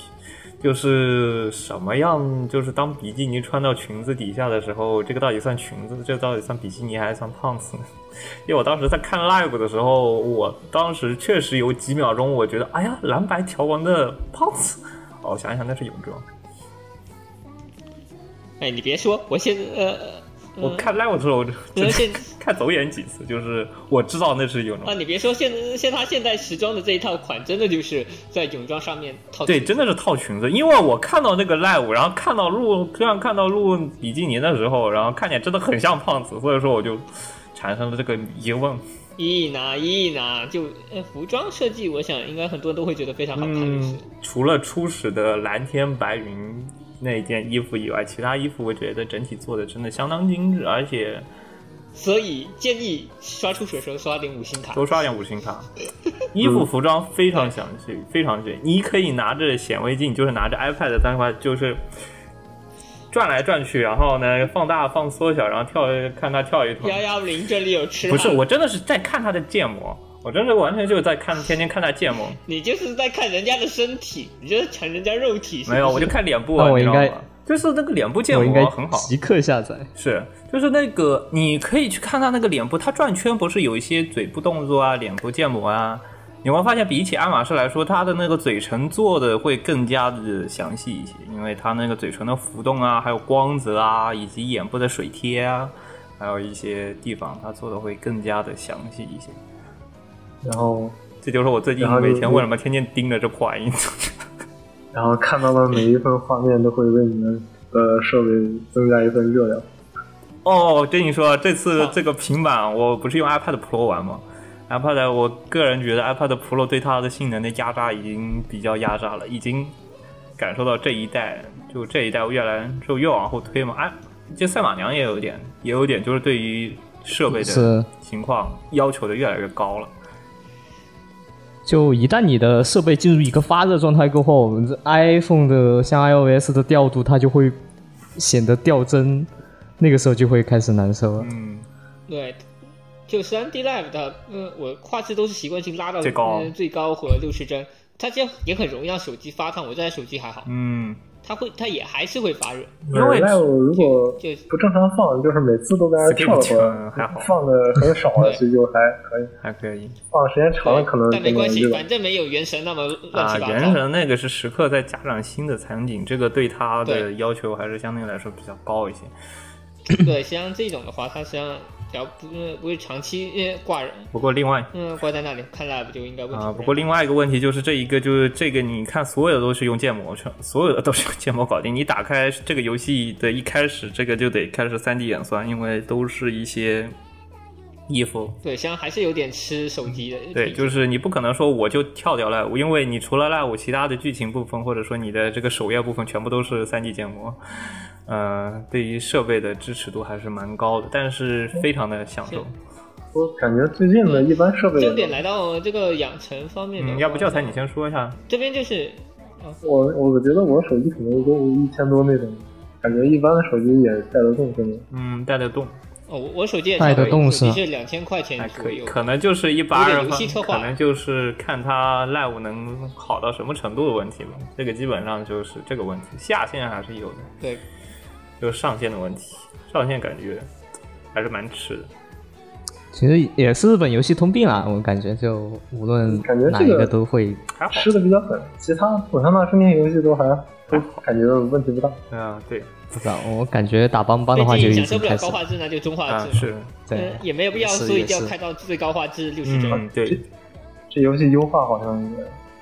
就是什么样，就是当比基尼穿到裙子底下的时候，这个到底算裙子，这个到底算比基尼还是算胖子呢？ 因为我当时在看 live 的时候，我当时确实有几秒钟，我觉得，哎呀，蓝白条纹的胖子，哦，我想一想，那是泳装。哎，你别说，我现在呃，我看 live 的时候，我就而真且的看走眼几次，就是我知道那是泳装啊，，你别说，现现他现在时装的这一套款，真的就是在泳装上面套。对，真的是套裙子，因为我看到那个 live，然后看到录，这样看到录比基尼的时候，然后看起来真的很像胖子，所以说我就产生了这个疑问。嗯一拿一拿，就呃服装设计，我想应该很多人都会觉得非常好看，就是嗯，除了初始的蓝天白云那件衣服以外，其他衣服我觉得整体做的真的相当精致，而且所以建议刷出水的时候刷点五星卡。多刷点五星卡。衣服服装非常详细，非常细。你可以拿着显微镜，就是拿着 iPad 的单块，就是转来转去，然后呢放大放缩小，然后跳看他跳一通。幺幺零这里有吃不是，哈我真的是在看他的建模，我真的完全就是在看，天天看他建模。你就是在看人家的身体，你就是抢人家肉体。是不是没有，我就看脸部那啊，我你知应道该吗？就是那个脸部建我应该模很好，即刻下载。是，就是那个，你可以去看他那个脸部，他转圈不是有一些嘴部动作啊、脸部建模啊，你会发现比起爱马仕来说，他的那个嘴唇做的会更加的详细一些，因为他那个嘴唇的浮动啊，还有光泽啊，以及眼部的水贴啊，还有一些地方，他做的会更加的详细一些。然后这就是我最近然后就每天是为什么天天盯着这破玩意。然后看到的每一份画面都会为你们的设备增加一份热量。 哦，跟你说，这次啊这个平板我不是用 iPad Pro 玩吗？iPad，我个人觉得 iPad Pro 对它的性能的压榨已经比较压榨了，已经感受到这一代就这一代越来就越往后推嘛。哎，这赛马娘也有一点，也有一点就是对于设备是的情况要求的越来越高了。就一旦你的设备进入一个发热状态过后这，iPhone 的像 iOS 的调度，它就会显得掉帧，那个时候就会开始难受了。嗯，对，就3 D Live 的，嗯，我画质都是习惯性拉到最高嗯最高和六十帧，它这样也很容易让手机发烫。我这台手机还好，嗯，它会它也还是会发热，因为那我如果就不正常放，就是每次都在那跳一会 Skip 还好儿，放的很少 了，对所以就还可以。还可以放时间长了，可能但没就关系，这个反正没有原神那么乱啊。七八糟。原神那个是时刻在加上新的场景，这个对它的对要求还是相对来说比较高一些。 对，像这种的话，它实际上只要不呃不是长期呃挂人，不过另外嗯，挂在那里看 live 就应该问题啊，大不过另外一个问题就是这一个就是这个，你看所有的都是用建模，全所有的都是用建模搞定。你打开这个游戏的一开始，这个就得开始3 D 演算，因为都是一些衣服。对，实际上还是有点吃手机的。对，嗯就是你不可能说我就跳掉赖舞，因为你除了赖舞，其他的剧情部分或者说你的这个首页部分全部都是3 D 建模。呃，对于设备的支持度还是蛮高的，但是嗯非常的享受。我感觉最近的一般设备，重点来到这个养成方面的话，嗯，要不教材你先说一下。这边就是我我觉得我手机可能也就一千多那种，感觉一般的手机也带得动，真的。嗯，带得动。哦，我我手机也带差得不多动手机是是两千块钱还左哎可以，右，可能就是一般有二点游戏策划可能就是看他 live 能好到什么程度的问题吧。这个基本上就是这个问题，下限还是有的，对，就是上限的问题。上限感觉还是蛮吃的。其实也是日本游戏通病啦，我感觉就无论感觉这个哪一个都会。还好，吃的比较狠，其他我上那充电游戏都还都感觉问题不大。嗯、对，不知道，我感觉打邦邦的话毕就竟已享经受不了开始高，画质，那就中画啊质、嘛。是，对嗯，也没有必要，也是所以也就要是开到最高画质六十帧。嗯对，这游戏优化好像也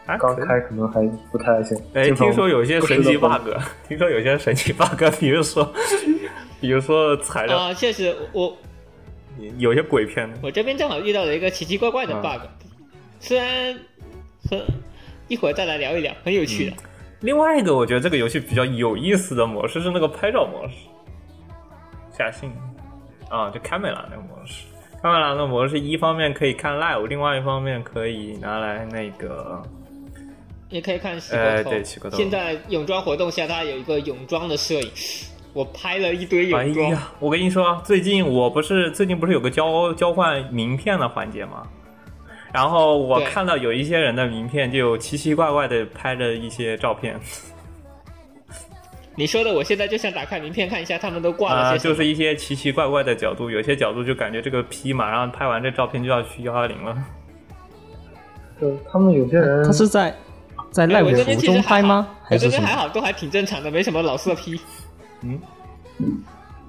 还刚可以。开可能还不太行。啊哎，经常听说有些神奇不是的 bug，听 说有些神奇 bug，比 如说，比如说材料，啊、确实，我有些鬼片的，我这边正好遇到了一个奇奇怪怪的嗯 bug，、虽然很一会儿再来聊一聊，很有趣的。另外一个，我觉得这个游戏比较有意思的模式是那个拍照模式，下信啊，就卡梅拉那个模式。卡梅拉那个模式，一方面可以看 live，另外一方面可以拿来那个也可以看洗呃锅头。对洗锅头现在泳装活动下，它有一个泳装的摄影，我拍了一堆哎泳装。呀，我跟你说，最近我不是最近不是有个交交换名片的环节吗？然后我对看到有一些人的名片就奇奇怪怪的拍着一些照片，你说的，我现在就想打开名片看一下他们都挂啊、了些什就么。是一些奇奇怪怪的角度，有些角度就感觉这个 P 马上拍完这照片就要去幺幺零了。就他们有些人他是在在赖哎舞我这边服其实中拍还好吗？我还这是什边还么？好，都还挺正常的，没什么老色批。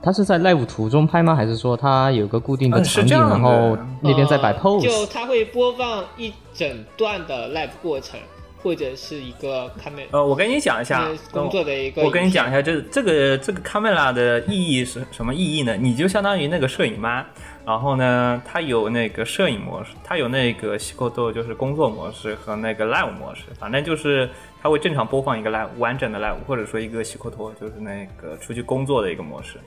他是在赖舞图中拍吗？还是说他有个固定的嗯是场景，这样的然后那边在摆呃 pose？就它会播放一整段的 live 过程，或者是一个 camera、呃，我跟你讲一下呃，工作的一个。我跟你讲一，下，这这个这个 camera 的意义是什么意义呢？你就相当于那个摄影妈，然后呢，它有那个摄影模式，它有那个西扣豆就是工作模式和那个 live 模式，反正就是它会正常播放一个 live 完整的 live，或者说一个西扣托就是那个出去工作的一个模式。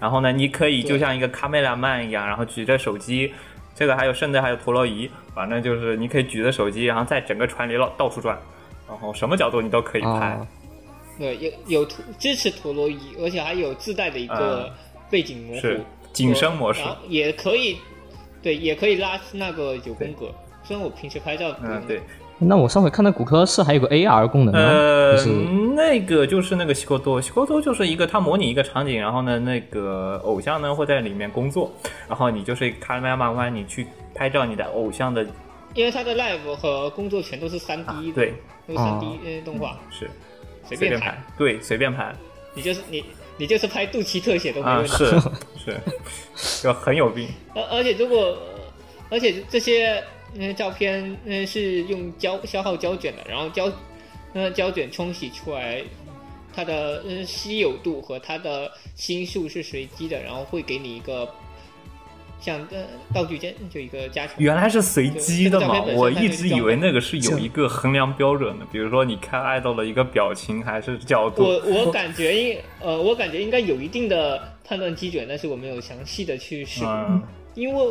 然后呢，你可以就像一个 camera man 一样，然后举着手机。这个还有，甚至还有陀螺仪，反正就是你可以举着手机，然后在整个船里到到处转，然后什么角度你都可以拍。啊对，有有图支持陀螺仪，而且还有自带的一个背景模糊，啊啊是景深模式然，后也可以，对，也可以拉那个九宫格。虽然我平时拍照不用，嗯，对，那我上回看到骨科是还有个 AR 功能吗？呃嗯就是，那个就是那个西沟多，西沟多就是一个它模拟一个场景，然后呢，那个偶像呢会在里面工作，然后你就是咔啦慢慢你去拍照你的偶像的，因为它的 live 和工作全都是三 D 的、啊对，都是三 D 呃动画，是随便便拍，对，随便拍你就是你你就是拍肚脐特写都没啊，问题。是是，就很有病，而而且如果，而且这些嗯、照片嗯、是用胶消耗胶卷的，然后胶嗯、胶卷冲洗出来，它的嗯、稀有度和它的星数是随机的，然后会给你一个像呃道具间就一个加成。原来是随机的嘛对这个照片，本身我一直以为那个是有一个衡量标准的，比如说你看爱豆的一个表情还是角度我，我感觉应呃我感觉应该有一定的判断基准，但是我没有详细的去试，嗯，因为。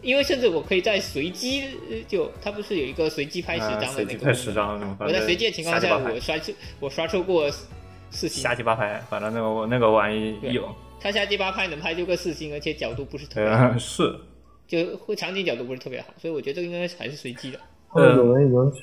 因为甚至我可以在随机，呃就它不是有一个随机拍十张啊的那随个机功能拍十张，反正我在随机的情况瞎下，鸡巴拍我刷出我刷出过四星瞎，鸡巴拍，反正那个那个玩意对有，他下第八拍能拍出个四星，而且角度不是特对别好，啊，是，就会场景角度不是特别好，所以我觉得这个应该还是随 机的。或者有人已经去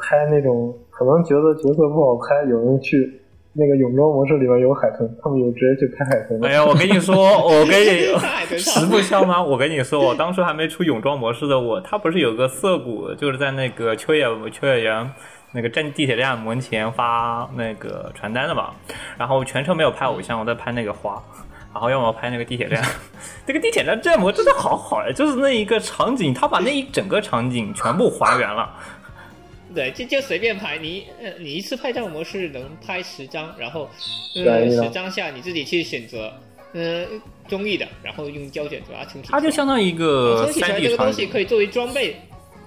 拍那种，可能觉得角色不好拍，有人去那个泳装模式里面有海豚，他们有直接去拍海豚的哎。呀，我跟你 说，我跟大海你 豚实汤不相瞒，我跟你说，我当初还没出泳装模式的我，他不是有个涩谷，就是在那个秋叶秋叶原那个站地铁站门前发那个传单的嘛，然后全程没有拍偶像，我在拍那个花。然后要么拍那个地铁站， 这个地铁站建模真的好好呀，就是那一个场景，他把那一整个场景全部还原了。对，就就随便拍，你呃你一次拍照模式能拍十张，然后呃来啊一张十张下你自己去选择，呃中意的，然后用胶卷把它冲洗出来。它就相当于一个冲洗出三来这 D 个场东西景嗯可，以作为装备。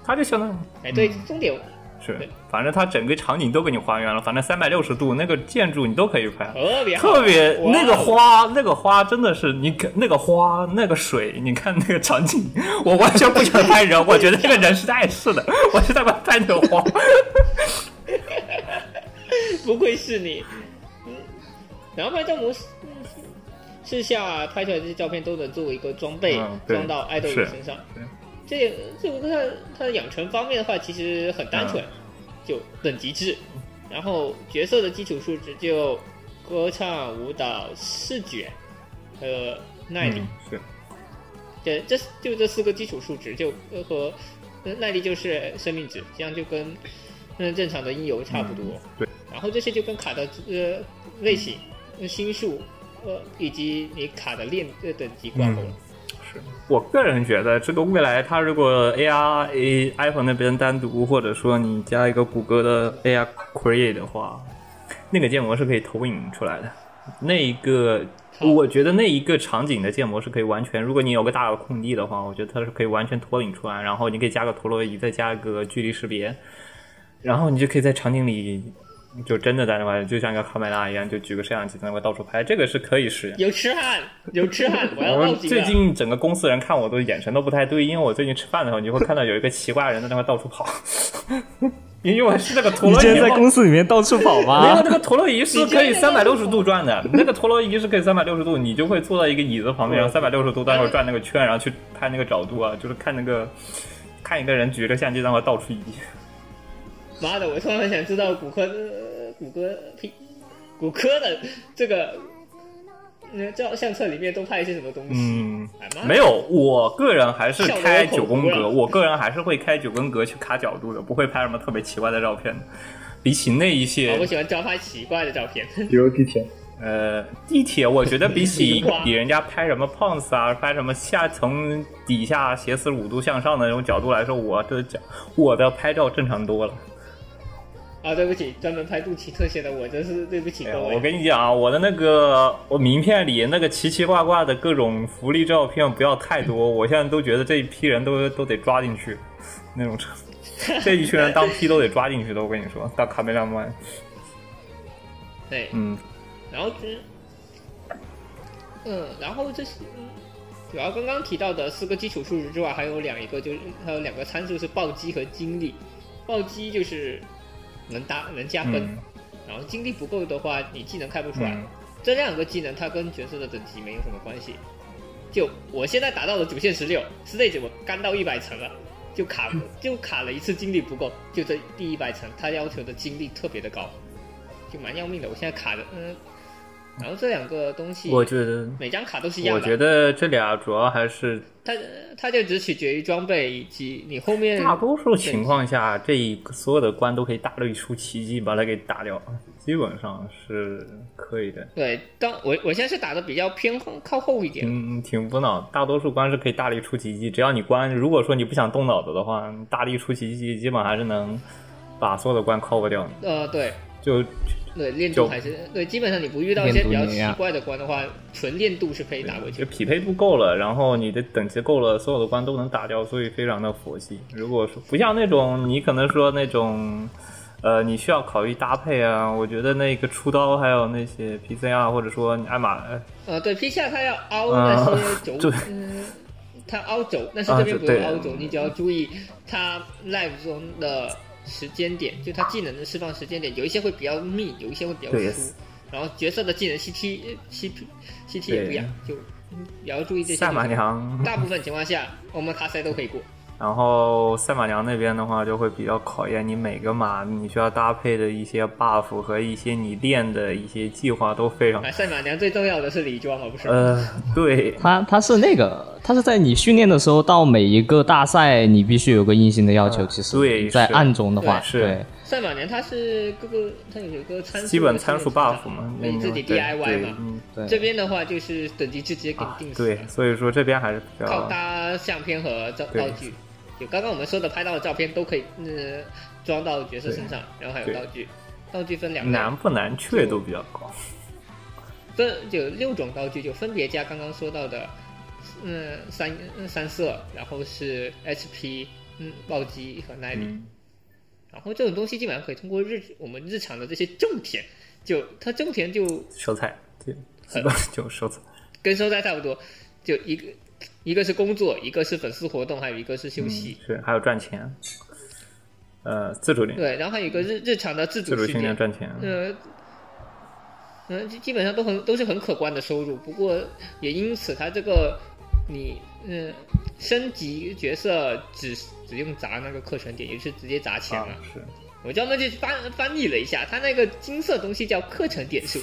它就相当于哎，对，重点是对，反正它整个场景都给你还原了，反正三百六十度那个建筑你都可以拍，特别好特别哦哇哦那个花，那个花真的是你看那个花那个水，你看那个场景，我完全不想拍人，我觉得这个人是碍事的，我是在拍那个花， 不愧是你。嗯，然后拍照模式嗯是下拍出来这些照片都能作为一个装备、嗯对装到爱豆是的身上对。这也这个它它的养成方面的话，其实很单嗯纯，就等级制，然后角色的基础数值就歌唱、舞蹈、视觉和耐力。嗯是对，这就这四个基础数值就呃和呃耐力就是生命值，这样就跟嗯正常的音游差不多。嗯对，然后这些就跟卡的呃类型、呃星数呃以及你卡的练呃等级挂嗯钩了。我个人觉得，这个未来它如果 AR A iPhone 那边单独，或者说你加一个谷歌的 AR Create 的话，那个建模是可以投影出来的。那一个，好我觉得那一个场景的建模是可以完全，如果你有个大的空地的话，我觉得它是可以完全投影出来，然后你可以加个陀螺仪，再加个距离识别，然后你就可以在场景里。就真的在那块，就像一个卡梅拉一样，就举个摄像机在那块到处拍，这个是可以实现的。有痴汉，有痴汉，我要我报们警啊最了。近整个公司人看我都眼神都不太对，因为我最近吃饭的时候，你会看到有一个奇怪的人在那块到处跑， 因为我是那个陀你螺今仪天在嘛。公司里啊面到处跑没有吗？那个陀螺仪是可以你居然在三那百儿六十度转的，那个陀螺仪是可以三百六十度，你就会坐在一个椅子旁嗯边，然后三百六十度在那块转那个圈，然后去拍那个角度啊，就是看那个看一个人举着相机在那块到处移。妈的，我突然很想知道骨科、呃、骨科屁骨科的这个那照相册里面都拍一些什么东西？嗯，哎妈的没有，我个人还是笑得开我口九宫服格，了我个人还是会开九宫格去卡角度的，不会拍什么特别奇怪的照片的。比起那一些，啊我喜欢抓拍奇怪的照片。比如 地铁，呃，地铁我觉得比起哇比人家拍什么 pose 啊，拍什么下从底下斜四十五度向上的那种角度来说，我的角我的拍照正常多了。啊，对不起，专门拍肚脐特写的我，真是对不起哎各呀，位。我跟你讲啊，我的那个我名片里那个奇奇怪怪的各种福利照片不要太多，我现在都觉得这一批人都都得抓进去，那种程度这一群人当批都得抓进去的，我跟你说，当卡梅拉曼，对，嗯，然后就是，嗯，然后这是嗯主要刚刚提到的四个基础数值之外，还有两一个就是还有两个参数是暴击和精力，暴击就是能打能加分，嗯然后精力不够的话，你技能开不出来。嗯这两个技能它跟角色的等级没有什么关系。就我现在达到了主线十六，stage 我干到一百层了，就卡嗯就卡了一次精力不够，就这第一百层，它要求的精力特别的高，就蛮要命的。我现在卡的，嗯，然后这两个东西，我觉得，每张卡都是一样我的，觉得这俩主要还是它它就只取决于装备以及你后面大多数情况下，这一个所有的关都可以大力出奇迹把它给打掉，基本上是可以的。对，当我我现在是打的比较偏后靠后一点，嗯，挺无脑，大多数关是可以大力出奇迹，只要你关，如果说你不想动脑子的话，你大力出奇迹基本还是能把所有的关 cover 掉。呃，对就对，练就度还是对，基本上你不遇到一些比较练度奇碾压怪的关的话，纯练度是可以打过嗯去就的。匹配度够了，然后你的等级够了，所有的关都能打掉，所以非常的佛系。如果说不像那种你可能说那种，呃，你需要考虑搭配啊，我觉得那个出刀还有那些 PCR 或者说你艾玛，呃呃，对，P 下他要凹啊那些轴，对嗯，他凹轴，但是啊这边不用对凹轴，你只要注意他 live 中的时间点，就他技能的释放时间点，有一些会比较密，有一些会比较对疏，然后角色的技能 CT、CP、CT 也不一样，就嗯也要注意这些。赛马。娘，大部分情况下，我们卡塞都可以过。然后赛马娘那边的话就会比较考验你每个马你需要搭配的一些 buff 和一些你练的一些计划都非常啊，，赛马娘最重要的是礼装，而不是。呃，对，他他是那个，他是在你训练的时候，到每一个大赛你必须有个硬性的要求。嗯其实，对在是暗中的话，对是对赛马娘它是各个它有一个参数，基本参数 buff 嘛，可以自己对 DIY 对嘛。嗯对这边的话就是等级直接给你啊定死对了，，所以说这边还是比较靠搭相片和照对道具，就刚刚我们说的拍到的照片都可以，嗯，装到角色身上，然后还有对道具，道具分两难类，不难确度比较高。分就六种道具，就分别加刚刚说到的，嗯，三嗯三色，然后是 HP，嗯，暴击和耐力。嗯然后这种东西基本上可以通过日我们日常的这些种田，就它种田就收菜，对，基本上 就收菜。跟收菜差不多，就一个一个是工作，一个是粉丝活动，还有一个是休息。嗯是，还有赚钱。呃，自主练，对，然后还有一个日日常的自自主主训训练练，赚钱。呃，嗯，基基本上都很都是很可观的收入。不过也因此，它这个你嗯升级角色只只用砸那个课程点，也就是直接砸钱啊了。，是我专门去翻翻译了一下，它那个金色东西叫课程点数，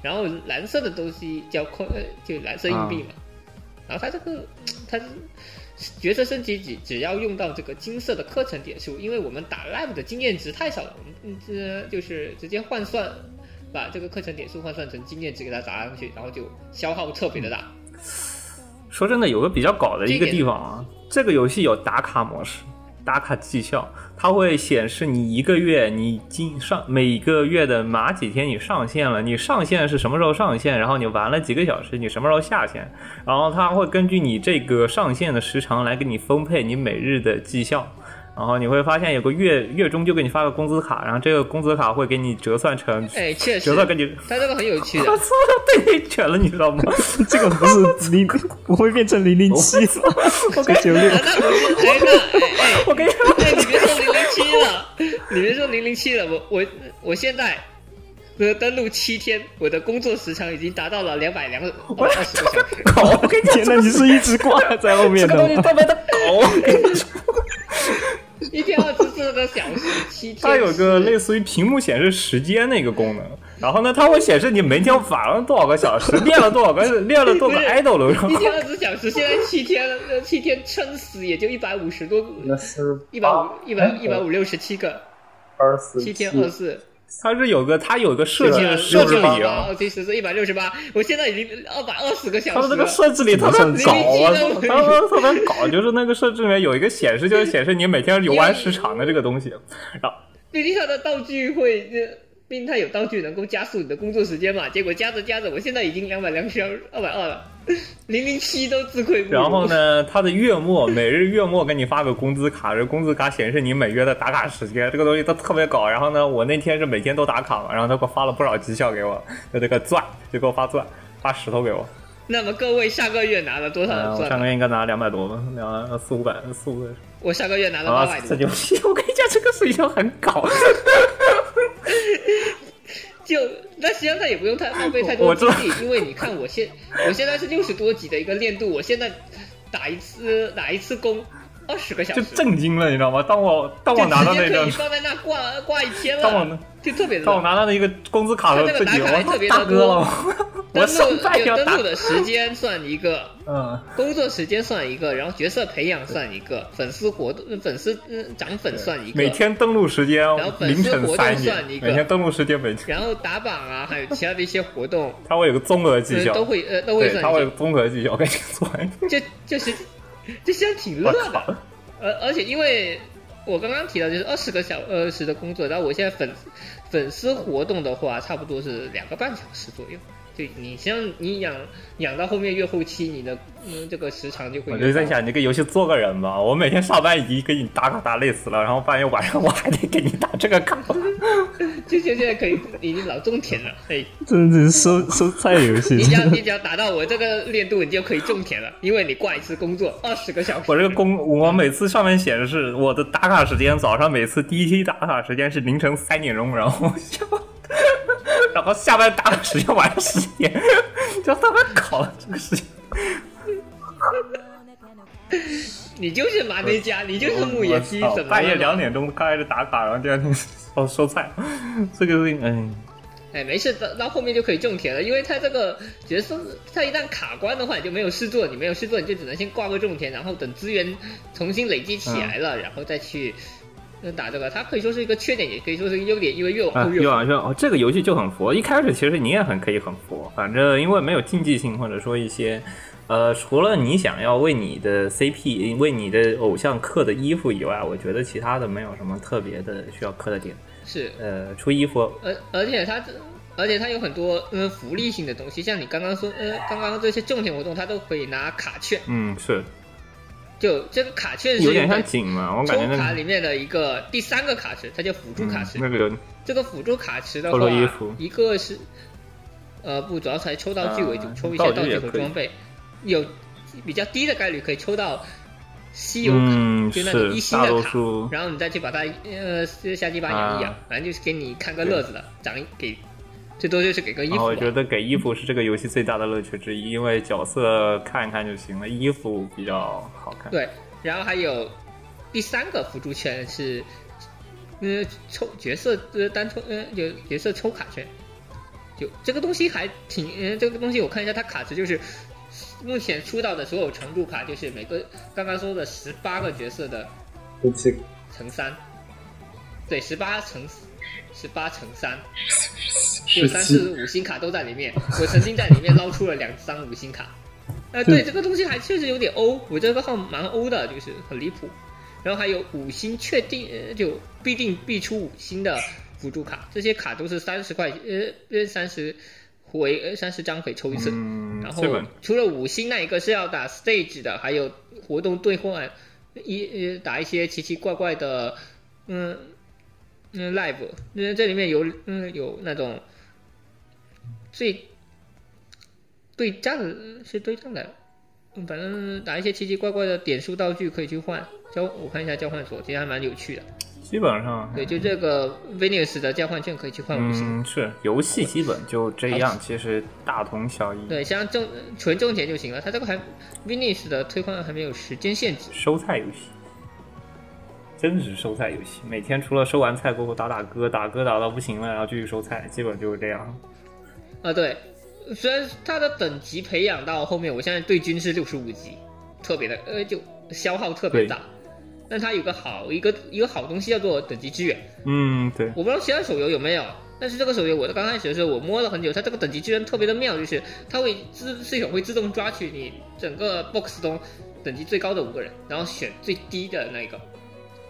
然后蓝色的东西叫宽，呃就蓝色硬币嘛。然后它这个，它角色升级只只要用到这个金色的课程点数，因为我们打 live 的经验值太少了，我们这就是直接换算，把这个课程点数换算成经验值给它砸上去，然后就消耗特别的大。说真的，有个比较搞的一个地方啊，这个游戏有打卡模式，打卡绩效，它会显示你一个月你进上每个月的哪几天你上线了，你上线是什么时候上线，然后你玩了几个小时，你什么时候下线，然后它会根据你这个上线的时长来给你分配你每日的绩效。然后你会发现有个月月中就给你发个工资卡，然后这个工资卡会给你折算成哎，确实折，算给 你，它这个很有趣的我。操，被你卷了，你知道吗？ 这个不是 零，我会变成零零七，我跟九六啊，那不是，哎，那哎 哎，我跟你说，哎，你别说零零七了，你别说零零七了，我我我现在呃登录七天，我的工作时长已经达到了两百两二十个小时。我跟天呐，你是一直挂在后面这个东西的。特别的搞。一天二十四个小时，七天。 它有个类似于屏幕显示时间的一个功能，然后呢，它会显示你每天玩了多少个小时，练了多少个，练了多少个 idol，然后一天二十小时，现在七天了，呃七天撑死也就一百五十多，那是哎一百五一百一百五六十七个，二十七天二十四，它是有个它有个设计的设六置十里八啊，，其实是一百六十八，我现在已经二百二十个小时它了。的这个设置里特别搞啊，零零七它们特别搞，就是那个设置里面有一个显示，就是显示你每天游玩时长的这个东西，然后毕竟它的道具会，呃毕竟它有道具能够加速你的工作时间嘛。结果加着加着，我现在已经两百两十二二百二了， 零零七都自愧不如。然后？呢，它的月末每日月末给你发个工资卡，这工资卡显示你每月的打卡时间，这个东西它特别搞。然后呢，我那天是每天都打卡嘛，然后他给我发了不少绩效给我，就这个钻，就给我发钻，发石头给我。那么各位下个月拿了多少嗯，的我钻？上个月应该拿两百多吧，两四五百，四五百。我下个月拿了啊八百，这多。游戏我跟你讲，这个水箱很搞。就那实际上他也不用太浪费太我多知精道力，因为你看我现我现在是六十多级的一个练度，我现在打一次打一次工二十个小就时，震惊了，你知道吗？当我当就我拿到直那接可张以，放在那挂挂一天当我了，就特别的当我浪。拿到那个工资卡的自己，他那个打卡还特我别大的哥多了，我登我上录班也有要登打录，的时间算一个，嗯，工作时间算一个，然后角色培养算一个，粉丝活动、粉丝嗯涨粉算一个，每天登录时间后粉凌丝晨活动三点算一，个每天登录时间每天，然后打榜啊，还有其他的一些活动，它会有个综合绩效呃，都会呃都会对，算它会有一个综合绩效，我跟你说，个，就就是就现在挺我乐 的，靠，而而且因为我刚刚提到就是二十个小呃时的工作，然后我现在粉粉丝活动的话，差不多是两个半小时左右。就你像你养养到后面越后期，你的嗯这个时长就会我越就在高想，你给游戏做个人吧，我每天上班已经给你打卡打累死了，然后半夜晚上我还得给你打这个 卡，就就现在可以已经老种田了，哎，真的是收收菜游戏你只要你只要达到我这个练度，你就可以种田了，因为你挂一次工作二十个小时。我这个工，我每次上面显示我的打卡时间，早上每次第一期打卡时间是凌晨三点钟，然后 下，然后下班打卡时间晚上十点， 就他们搞了这个事情。你就是马内加，你就是牧野鸡，我操怎么半夜了两？点钟开始打卡，然后第二天 收收菜，这个事情，哎，哎，没事，到到后面就可以种田了，因为他这个角色，他一旦卡关的话，你就没有事做，你没有事做，你就只能先挂个种田，然后等资源重新累积起来了，然后再去呃打这个。它可以说是一个缺点，也可以说是一个优点，因为越往啊后，越又好。好像哦，这个游戏就很佛。一开始其实你也很可以很佛，反正因为没有竞技性，或者说一些，呃，除了你想要为你的 CP、为你的偶像刻的衣服以外，我觉得其他的没有什么特别的需要刻的点。是呃，出衣服，而而且它这，而且它有很多嗯福利性的东西，像你刚刚说，呃，刚刚这些种田活动，它都可以拿卡券，嗯，是就这个卡券是有点像一个景嘛，我感觉抽卡那个里面的一个第三个卡池，它叫辅助嗯卡池。那个这个辅助卡池的透话露衣服，一个是呃不，主要是还抽道具为主，啊抽一些道道具也具和可以装备，有比较低的概率可以抽到稀有卡，嗯，就那种一是星大的多卡。数然后你再去把它呃下鸡巴养一养，啊反正就是给你看个乐子的，长一给最多就是给个衣然后哦服我吧觉。得给衣服是这个游戏最大的乐趣之一，因为角色看一看就行了，衣服比较好看。对，然后还有第三个辅助圈是，呃，抽角色呃单抽呃有角色抽卡圈，就这个东西还挺呃这个东西我看一下它卡池就是目前出到的所有程度卡就是每个刚刚说的十八个角色的不起，乘三，对，十八乘十八乘三，有十三七四五星卡都在里面。我曾经在里面捞出了两张五星卡。呃，对，这个东西还确实有点欧，我这个号蛮欧的，就是很离谱。然后还有五星确定，呃就必定必出五星的辅助卡，这些卡都是三十块，呃，三十回呃三十张可以抽一次。嗯，然后这个除了五星那一个是要打 stage 的，还有活动兑换，一呃打一些奇奇怪怪的，嗯嗯 live，那这里面有嗯有那种最对战是对战的，嗯反正打一些奇奇怪怪的点数道具可以去换交，我看一下交换所，其实还蛮有趣的。基本上对，就这个 Venus 的交换券可以去换五星。嗯，是游戏基本就这样，其实大同小异。对，像种纯种田就行了。它这个还 Venus 的推换还没有时间限制，收菜游戏，真的是收菜游戏。每天除了收完菜过后打打歌，打歌打到不行了，然后继续收菜，基本就是这样。啊，对，虽然他的等级培养到后面，我现在对军是六十五级，特别的呃，就消耗特别大。但它有个好一个一个好东西叫做等级支援，嗯，对，我不知道其他手游有没有，但是这个手游我刚开始的时候我摸了很久，它这个等级支援特别的妙，就是它会自系统会自动抓取你整个 box 中等级最高的五个人，然后选最低的那一个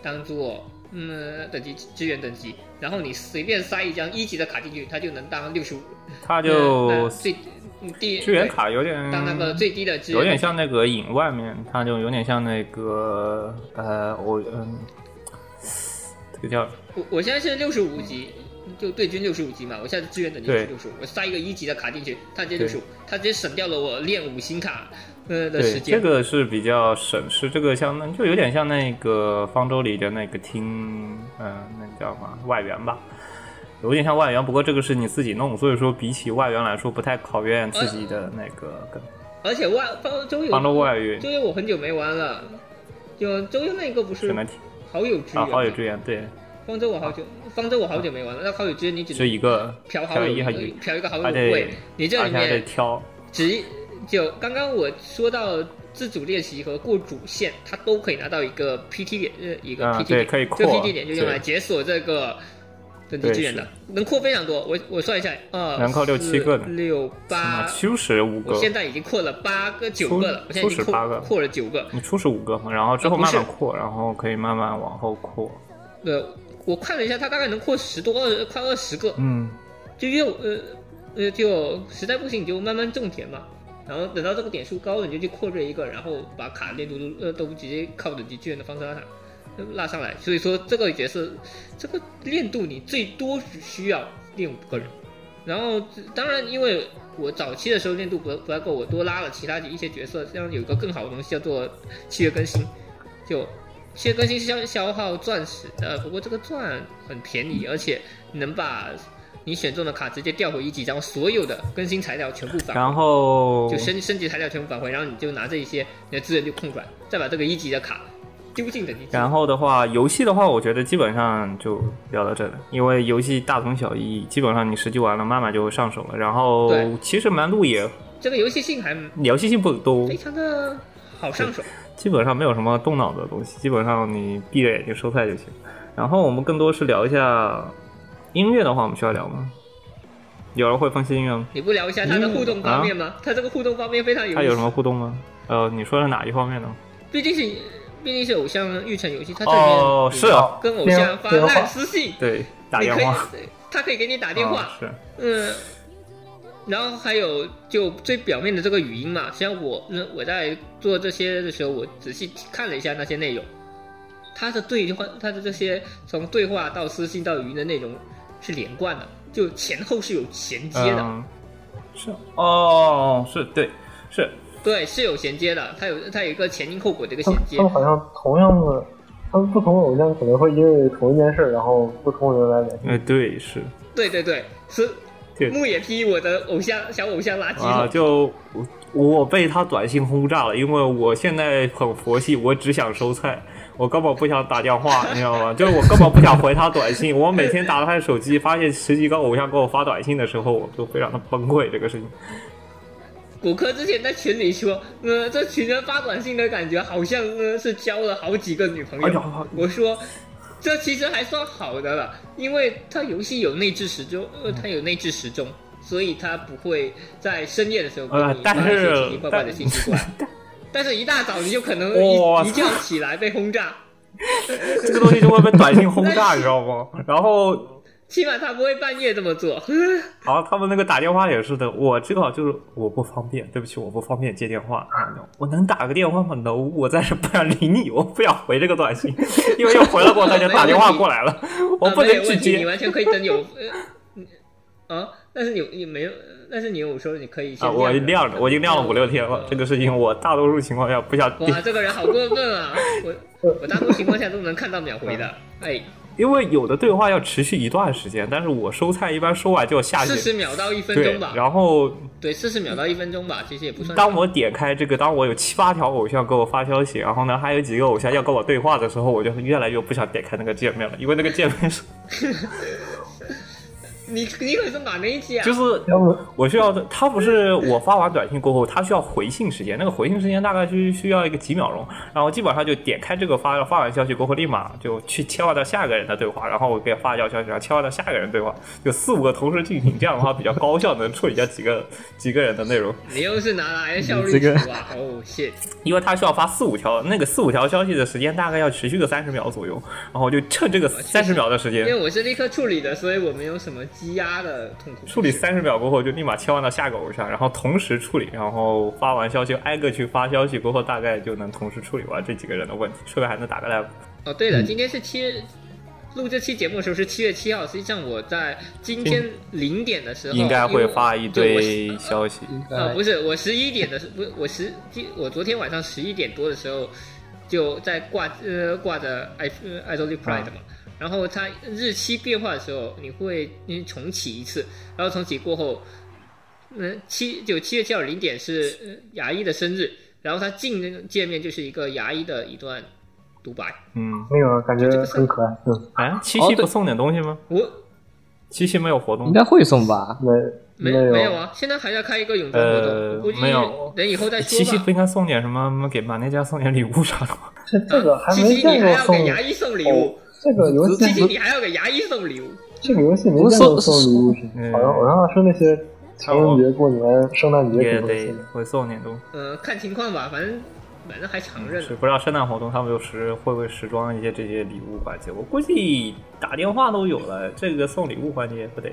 当做嗯等级支援等级，然后你随便塞一张一级的卡进去，它就能当六十五它就呃最嗯第支援卡有点对当那个最低的支援，有点像那个影外面，它就有点像那个呃，我嗯，这个叫我我现在是六十五级，就对军六十五级嘛，我现在支援等级对是六十五，我塞一个一级的卡进去，他直接对六十五，他直接省掉了我练五星卡呃的对，时间。这个是比较省事，这个像那就有点呃像那个方舟里的那个厅，嗯、那叫什么外援吧。有点像外援，不过这个是你自己弄，所以说比起外援来说，不太考验自己的那个跟而且外方周游帮着外援周游我很久没玩了，就周游那个不是选择题好友之啊，源，好友之源，对，方舟我好久方舟我好久没玩了，那好友之源你只就能一个嫖好漂移友还呃有，嫖一个好友还得会，你这而里且还得面挑，只就刚刚我说到自主练习和过主线，它都可以拿到一个 PT 点，呃，一个啊 PT 对点，可以扩这个 PT 点就用来对解锁这个等级对资源的是，能扩非常多。我我算一下，二能扩六四七个呢六八。初始五啊我个，现在已经扩了八个九初个了，我现在已初经始八个扩扩了九个。你初始五个嘛，然后之后啊不慢是慢扩，然后可以慢慢往后扩，呃，我看了一下，它大概能扩十多二快二十个，嗯，就越呃呃就实在不行你就慢慢种田嘛，然后等到这个点数高了你就去扩瑞一个，然后把卡练度都呃都直接靠等级巨人的方式拉上呃拉上来，所以说这个角色这个练度你最多只需要练五个人，然后当然因为我早期的时候练度不不太够，我多拉了其他一些角色，这样有一个更好的东西叫做契约更新，就。契约更新是消消耗钻石的，不过这个钻很便宜，而且能把你选中的卡直接调回一级，然后所有的更新材料全部返回然后就升升级材料全部返回，然后你就拿这一些你的资源就空转，再把这个一级的卡丢进等级机。然后的话，游戏的话，我觉得基本上就聊到这了，因为游戏大同小异，基本上你实际玩了，慢慢就会上手了。然后对其实难度也这个游戏性还游戏性不多非，常的好上手，基本上没有什么动脑的东西，基本上你闭着眼睛收菜就行。然后我们更多是聊一下音乐的话，我们需要聊吗？有人会分析音乐吗？你不聊一下它的互动方面吗？它这个互动方面非常嗯有啊它有意什么思，互动吗？呃，你说是哪一方面呢？毕竟是毕竟是偶像育成游戏，它这里面哦，是哦，跟偶像发电话烂私信，对，打你电可以话，，对它可以给你打电话，哦是嗯，然后还有就最表面的这个语音嘛，实际上我嗯我在做这些的时候，我仔细看了一下那些内容，它的对话，它的这些从对话到私信到语音的内容是连贯的，就前后是有衔接的，嗯，是哦，是对，是对，是有衔接的，它有它有一个前因后果的一个他衔们接哦他，们好像同样的，他们不同偶像可能会因为同一件事，然后不同人来联系。呃，对，是对对对，是对木野批我的偶像小偶像垃圾桶，啊，就我我被他短信轰炸了，因为我现在很佛系，我只想收菜，我根本不想打电话，你知道吗？就是我根本不想回他短信，我每天打开手机，发现十几个偶像给我发短信的时候，我就非常的崩溃。这个事情，骨科之前在群里说，呃，这群人发短信的感觉好像呢是交了好几个女朋友。哎呦我说，这其实还算好的了，因为它游戏有内置时钟，嗯呃，它有内置时钟，所以它不会在深夜的时候给呃你发但一些是奇奇怪怪的信 息过来。但是，一大早你就可能哇一一觉起来被轰炸，这个东西就会被短信轰 炸，你知道吗？然后起码他不会半夜这么做。然后他们那个打电话也是的，我这个就是我不方便，对不起，我不方便接电话。我能打个电话吗？no，我暂时不想理你，我不想回这个短信， 因为又回了过他就打电话过来 了，我啊不没有能去问题，你接。完全可以等有，呃，啊，但是你你没有，但是你有时候你可以先啊，我着晾着，我已经晾了五六天了。这个事情我大多数情况下不想嗯哇，这个人好过分啊！我我大多情况下都能看到秒回的，嗯哎， 因为有的对话要持续一段时间，但是我收菜一般收完就下四去。十秒到一分对钟，吧，然后对，四十秒到一分钟吧，其实也不算当长。我点开这个，当我有七八条偶像给我发消息，然后呢，还有几个偶像要跟我对话的时候，我就越来越不想点开那个界面了，因为那个界面是你你可是哪能一期啊？就是要不我需要的，他不是我发完短信过后，他需要回信时间，那个回信时间大概需需要一个几秒钟，然后基本上就点开这个发发完消息过后，立马就去切换到下一个人的对话，然后我给发一条消息，然后切换到下一个人对话，就四五个同时进行，这样的话比较高效，能处理掉几个几个人的内容。你又是拿来效率你这个图啊？哦，shit！ 因为他需要发四五条，那个四五条消息的时间大概要持续个三十秒左右，然后我就趁这个呃三十秒的时因为间我是立刻处理的，所以我没有什么积压的痛苦。处理三十秒过后，就立马切换到下个偶像，然后同时处理，然后发完消息挨个去发消息过后，大概就能同时处理完这几个人的问题，顺便还能打个 live。哦，对嗯了，今天是七。录这期节目的时候是七月七号，实际上我在今天零点的时候应该因为会我发一就我堆消息，呃，不是，我十一点的时，不是我十，今我昨天晚上十一点多的时候，就在挂呃挂着爱呃爱周利 Pride 嘛，然后它日期变化的时候，你会嗯重启一次，然后重启过后，嗯七就七月七号零点是呃牙医的生日，然后它进那个界面就是一个牙医的一段独白。嗯，那个啊感觉很可爱，嗯，啊，七哦夕对不送点东西吗？我七夕没有活动应该会送吧？没没有没有啊，现在还在开一个泳装活动，呃我估计没有等以后再七说夕吧不。应该送点什么？什么给马内加送点礼物啥的吗？这这个还七没夕你见还过要送给牙医送礼物，这个游戏七夕不，你还要给牙医送礼物，这个游戏没见过送礼物品嗯，好像好像是那些情人节、过年、圣诞节也什么得的。会送点东西。呃，看情况吧，反正反正还常着是呢。不知道圣诞活动他们有时会不会时装一些这些礼物环节？我估计打电话都有了，这个送礼物环节不得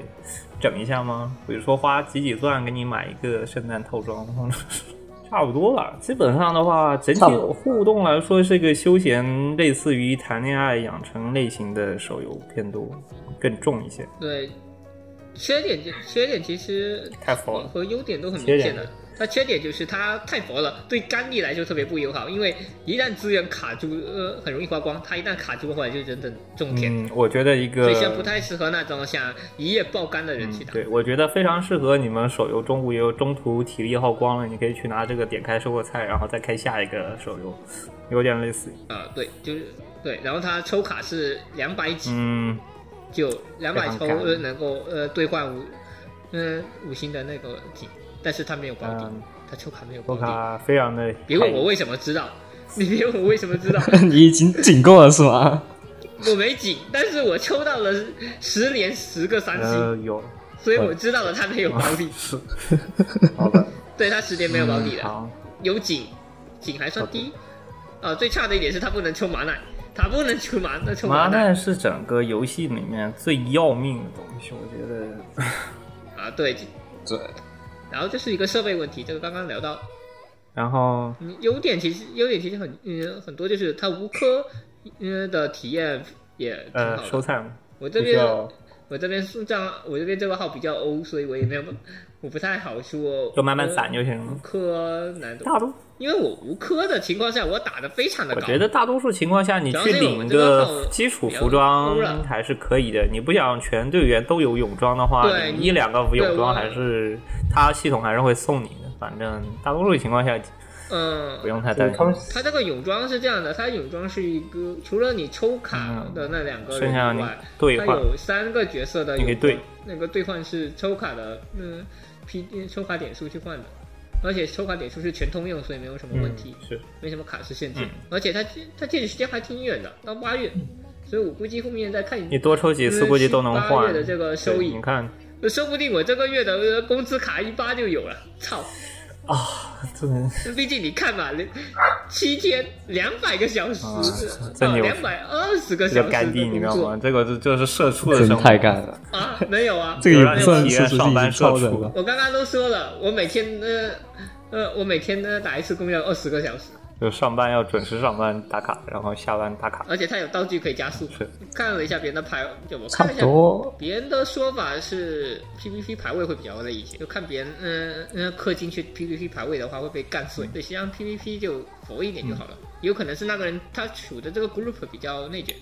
整一下吗？比如说花几几钻给你买一个圣诞套装， 差不多吧。基本上的话，整体差不多互动来说是个休闲，类似于谈恋爱养成类型的手游偏多，更重一些。对，缺点就缺点其实太佛了和优点都很明缺显点的。它缺点就是它太佛了，对肝力来说特别不友好，因为一旦资源卡住，呃，很容易花光。它一旦卡住的话，就真的种田。嗯，我觉得一个所以现在不太适合那种想一夜爆肝的人去嗯，打。对，我觉得非常适合你们手游中午也有中途体力耗光了，你可以去拿这个点开收获菜，然后再开下一个手游，有点类似于。啊，对，就是对，然后它抽卡是两百几，嗯，就两百抽非常干呃能够呃兑换五，嗯五星的那个锦，但是它没有保底嗯，它抽卡没有保波底。卡非常的。别问我为什么知道，你别问我为什么 知道， 你已经警过了是吗？我没锦，但是我抽到了十连十个三呃星，有， 所以我知道了它没有保底，好的，对，它十连没有保底嗯的，好，有锦，锦还算低，啊，最差的一点是它不能抽马奶，它不能抽马，那抽麻奶。奈是整个游戏里面最要命的东西，我觉得。啊，对对。然后就是一个设备问题，这个刚刚聊到，然后嗯，优点其实优点其实很嗯很多，就是它无科嗯的体验也挺呃，好收的。菜嘛，我这比边较我这边是这样，我这边这个号比较欧，所以我也没有我不太好说。就慢慢散就行无了。科难度，大多，因为我无科的情况下，我打的非常的我高。觉得大多数情况下，你去领一个基础服装还是可以的。你不想全队员都有泳装的话，对你一两个泳装还是它系统还是会送你的。反正大多数情况下嗯不，用太对担他们心。它这个泳装是这样的，它泳装是一个除了你抽卡的那两个嗯剩人下以你外，兑它换，有三个角色的你可以有兑那个兑换是抽卡的，嗯，P 抽卡点数去换的，而且抽卡点数是全通用，所以没有什么问题，嗯是没什么卡池限制，嗯而且它它截止时间还挺远的，到八月，所以我估计后面再看你多抽几次估计都能八换月。的这个收对益你，看，说不定我这个月的呃工资卡一发就有了，操！这毕竟你看嘛，连七天两百个小时啊，真牛两百二十个这小个时干地，的你工知道作吗？这个就就是社畜的真生活，太干了，啊，没有啊，这个让也算你体是验是上已班经社超人畜了。。我刚刚都说了，我每天呃呃，我每天呢打一次工要二十个小时，就上班要准时上班打卡，然后下班打卡。而且它有道具可以加速是。看了一下别人的排，就我差看了不一下多，别人的说法是 PVP 排位会比较累一些，就看别人嗯嗯氪金去 PVP 排位的话会被干嗯碎，对，实际上 PVP 就佛一点就好了。有可能是那个人他处的这个 group 比较内卷。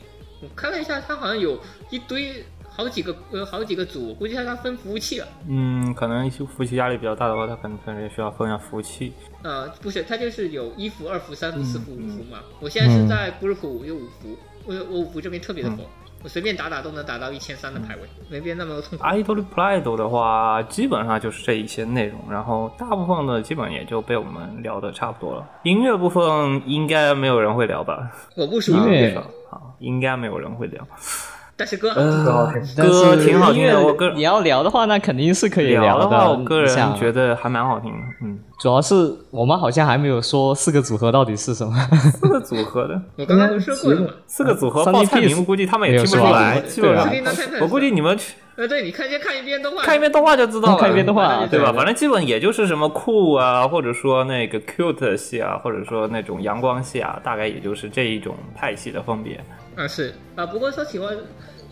我看了一下，他好像有一堆好几个呃好几个组，我估计他他分服务器了。嗯，可能服务器压力比较大的话，他可能平时也需要分下服务器。呃，不是，它就是有一服、二服、三服、四服、五嗯服嘛。我现在是嗯在 group 五有五服，我我五服这边特别的嗯火，我随便打打都能打到一千三的排位，没别人那么痛苦。 Idol Pride 的话，基本上就是这一些内容，然后大部分的基本也就被我们聊的差不多了。音乐部分应该没有人会聊吧？我不熟音乐好，应该没有人会聊。但是歌好听。挺好呃听，歌挺好听的但是我个人你要聊的话，那肯定是可以聊的。的话，我个你人想觉得还蛮好听的。嗯，主要是我们好像还没有说四个组合到底是什么。四个组合的，我刚刚不是说过了吗？四个组合三报 D 菜 piece 名，估计他们也没有听不是吧出来。对啊基本上最近能看看，我估计你们去呃，对，你看先看一 遍动画，看一遍动画就知道了。看一遍动画，哎对吧？对反正基本也就是什么酷啊，或者说那个 cute 系啊，或者说那种阳光系啊，大概也就是这一种派系的分别。啊是啊，不过说起话，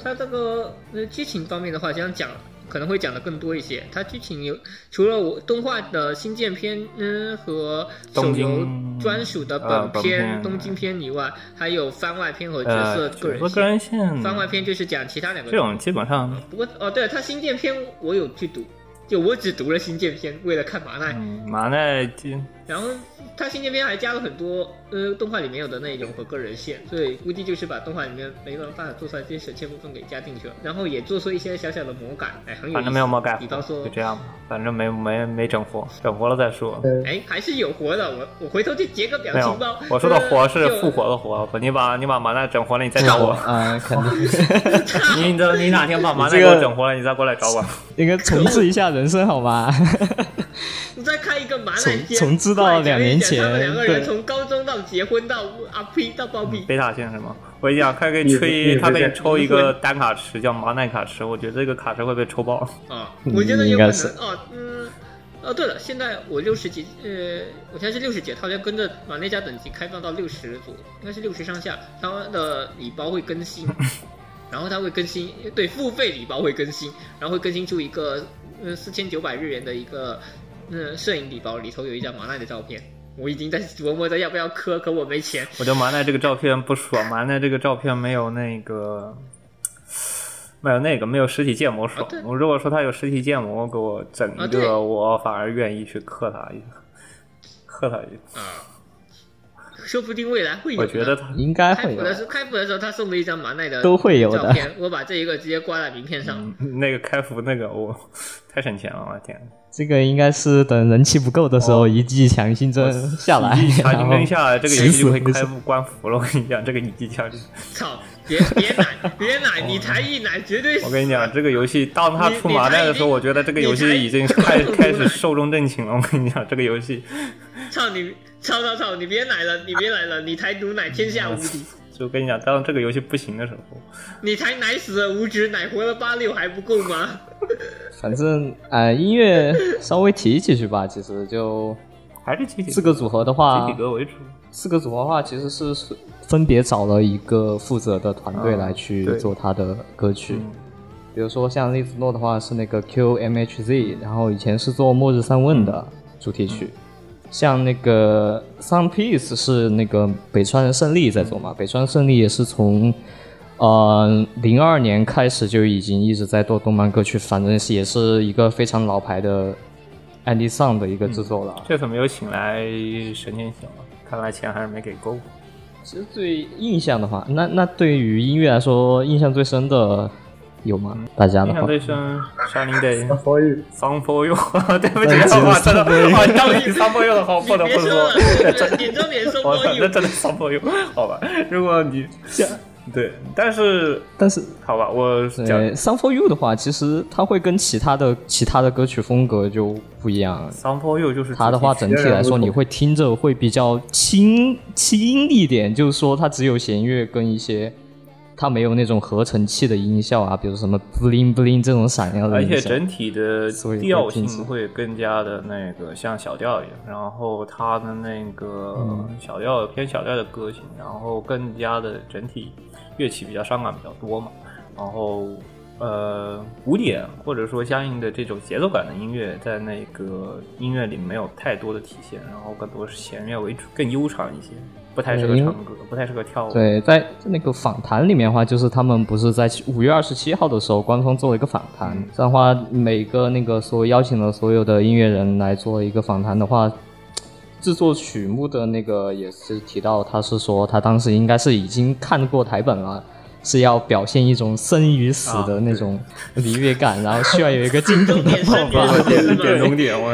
它这个呃剧情方面的话，这样讲可能会讲的更多一些。它剧情有除了我动画的新建篇嗯和手东游京专属的啊本本片片东京篇以外，还有番外篇和角色呃，个人角色线个人线番外篇就是讲其他两个这种基本上，不过哦，对，他新建篇我有去读，就我只读了新建篇，为了看麻奈。嗯，麻奈基然后他新建篇还加了很多呃动画里面有的内容和个人线，所以估计就是把动画里面没办法做出来这些省切部分给加进去了，然后也做出一些小小的魔改，哎，很有意思。反正没有魔改比方说就，这样吧，反正没没没整活，整活了再说。哎，还是有活的，我我回头去截个表没有情包。，我说的呃活是就复活的活，不你把你把麻奈整活了，你再那找我我。啊，肯定你等你哪天把麻奈这给个我整活了，你再过来找我。 应该重置一下人生好吗？ 你再看一个麻奈从篇，从知道快讲一两年讲他前们两个人对从高中到结婚到阿 P 到包庇，贝塔线是吗？我跟你讲，他给你你吹，你他给这你抽一个单卡池，叫麻奈卡池，我觉得这个卡池会被抽爆。啊，我觉得应有可该能是哦，嗯，哦，对了，现在我六十级，呃，我现在是六十级，它好像跟着马内加等级开放到六十左右，应该是六十上下，它的礼包会更新，然后它会更新，对，付费礼包会更新，然后会更新出一个，嗯、呃，四千九百日元的一个，嗯、摄影礼包，里头有一张马奈的照片。我已经在琢磨着要不要磕，可我没钱。我觉得麻奈这个照片不爽，麻奈这个照片没有那个，没有那个，没有实体建模爽啊对。我如果说他有实体建模，给我整啊一对个，我反而愿意去克他一下，克他一下。说不定未来会有我呢。觉得 他应该开会服有，哎的时候，开服的时候他送了一张马奈的都会有照的。片，我把这一个直接挂在名片上。那个开服那个，我太省钱了，我的天！这个应该是等人气不够的时候，一剂强心针下来，哦一强然行后扔下来，这个游死戏就哎死会没开事。服关服了。我跟你讲，这个一级强行。操，别别奶，别 奶，你才一奶绝对死。哦我跟你讲，这个游戏当他你出你麻才袋已的时候，经我觉得这个你游戏才已经开出开始来寿终正寝了。我跟你讲，这个游戏操你，操操操，你别奶了，你别奶了，你才毒奶天下无敌，就跟你讲，当这个游戏不行的时候，你才奶死了五指，奶活了八六还不够吗？反正呃，音乐稍微提几句吧。其实就还是集体四个组啊合的话集体，格为主。四个组合的话，其实是是分别找了一个负责的团队来去啊对做他的歌曲。嗯比如说像栗子诺的话是那个 QMHZ，然后以前是做《末日三问》的嗯主题曲。像那个 Sun Piece 是那个北川人胜利在做嘛，北川胜利也是从呃零二年开始就已经一直在做动漫歌曲，反正是也是一个非常老牌的 Andy Sun 的一个制作了。这次没有请来神仙行了，看来钱还是没给够。其实最印象的话，那那对于音乐来说，印象最深的有吗？大家嗯的印象话，最深，山林得 所以桑波佑， 对不起对不，起我真的，我到底桑波佑的好，你不能别不说说了，，我 这点中点送我过操，那有。真的桑波佑，好吧？如果你对，但是但是好吧，我讲对《Song for You》的话，其实它会跟其他的其他的歌曲风格就不一样。桑波佑就是它的话，整体截然来不说，同你会听着会比较轻轻一点，就是说它只有弦乐跟一些，它没有那种合成器的音效啊，比如什么 bling bling 这种闪耀的而音且效。啊整体的嗯所以会调听起性会更加的那个像小调一样，然后它的那个嗯小调偏小调的歌型，然后更加的整体乐器比较伤感比较多嘛，然后呃鼓点或者说相应的这种节奏感的音乐在那个音乐里没有太多的体现，然后更多是弦乐为主，更悠长一些，不太适合对因唱为歌，不太适合跳舞。对，在那个访谈里面的话，就是他们不是在五月二十七号的时候，官方做了一个访谈。这样的话，每个那个所有邀请了所有的音乐人来做一个访谈的话，制作曲目的那个也是提到，他是说他当时应该是已经看过台本了。是要表现一种生与死啊的那种离别感，然后需要有一个惊动的点爆生发。点点死点嘛终点，我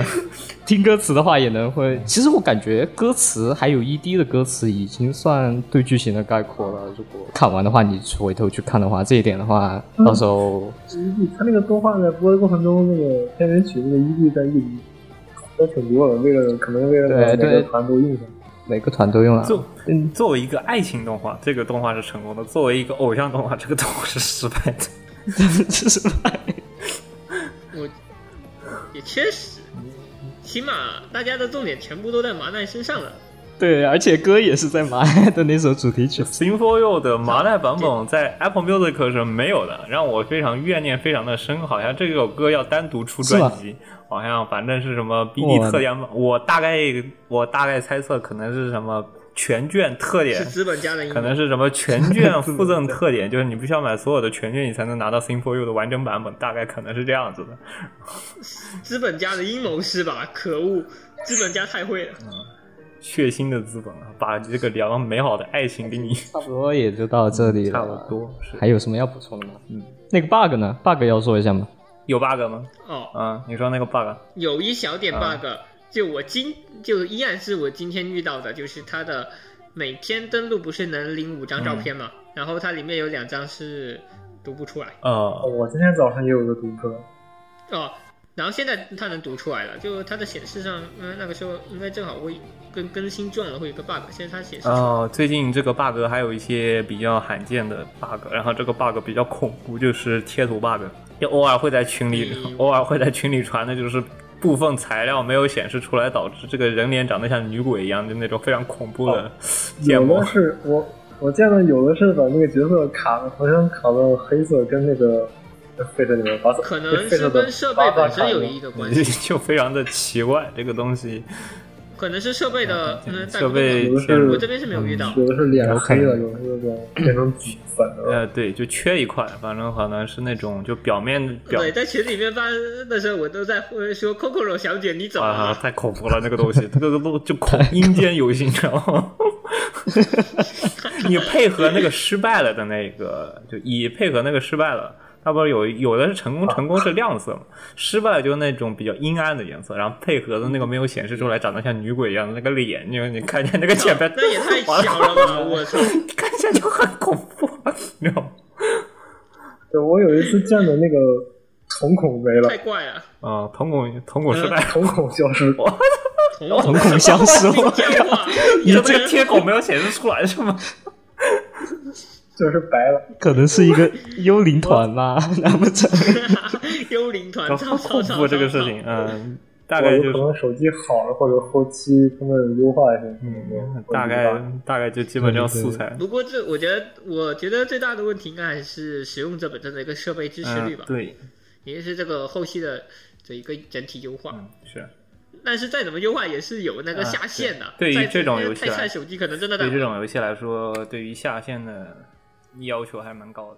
听歌词的话也能会。其实我感觉歌词还有 ED 的歌词已经算对剧情的概括了。如果看完的话，你回头去看的话，这一点的话，到时候他那个动画在播的过程中，那个片尾曲那个 ED 在用，都挺多的。为了可能为了对把每对个团都用上，每个团都用了。啊就嗯，作为一个爱情动画，这个动画是成功的；作为一个偶像动画，这个动画是失败的。。这是我也确实，起码大家的重点全部都在麻奈身上了。 对，而且歌也是在马来的那首主题曲 Sing for You 的麻奈版本在 Apple Music 是没有的，让我非常怨念非常的深。好像这首歌要单独出专辑，好像反正是什么 BD 哇特点版，我大概我大概猜测可能是什么全卷特点是，资本家的阴谋可能是什么全卷附赠特点，就是你必须要买所有的全卷，你才能拿到 Sing for You 的完整版本，大概可能是这样子的。资本家的阴谋是吧？ 可恶，资本家太会了。血腥的资本啊，把这个聊美好的爱情给你差不多也就到这里了，差不。多是还有什么要补充的吗？嗯，那个 bug 呢？bug 要说一下吗？有 bug 吗？哦，啊，你说那个 bug 有一小点啊 bug，、就我今就依然是我今天遇到的，就是它的每天登录不是能领五张照片嗯吗？然后它里面有两张是读不出来呃，哦我今天早上也有个读者，哦。然后现在它能读出来了，就它的显示上，嗯，那个时候应该正好会跟更新撞了，会有个 bug。现在它显示出来了呃，最近这个 bug 还有一些比较罕见的 bug，然后这个 bug 比较恐怖，就是贴图 bug，就偶尔会在群里嗯，偶尔会在群里传的，就是部分材料没有显示出来，导致这个人脸长得像女鬼一样，就那种非常恐怖的建有模的。是我我见到有的是把那个角色卡的头身卡到黑色跟那个 Fate 里面，把可能是跟设备本身有一个 关系，就非常的奇怪，这个东西可能是设备的嗯带不设动吧备有的嵌是入我这边是没有遇到。有的是脸是黑的，有的是变成紫粉的。呃，对，就缺一块，反正可能是那种就表面表对，在群里面发的时候，我都在呃说 “Coco 小姐，你怎么啊，了太恐怖了，那个 东西，这个都就恐阴间游戏，你知道 吗？你配合那个失败了的那个，就以配合那个失败了，它不是有有的是成功，成功是亮色嘛，失败了就是那种比较阴暗的颜色，然后配合的那个没有显示出来，长得像女鬼一样的那个脸，你你看见那 个前面，那也太小了吧！我操，看起来就很恐怖，你知道吗？对，我有一次见的那个瞳孔没了太，怪了！啊，瞳孔瞳孔失败，瞳孔消失。瞳，瞳孔消失讲 话， 你有这没个有贴 孔没有显示出来是吗？就是白了，可能是一个幽灵团吧， 难不成？幽灵团很操 操恐操怖操这个事操情，嗯，大我概就有是可。能手机好了，或者后期他们优化一下。嗯嗯，大概大概就基本这样素材。不过这，我觉得，我觉得最大的问题应该还是使用者本身的一个设备支持率嗯吧，，对，也就是这个后期的这一个整体优化。嗯，是但是再怎么优化，也是有那个啊下限的。对对于再这种游戏太来菜手机可能真的打对不这种游戏来说，对于下线的要求还蛮高的。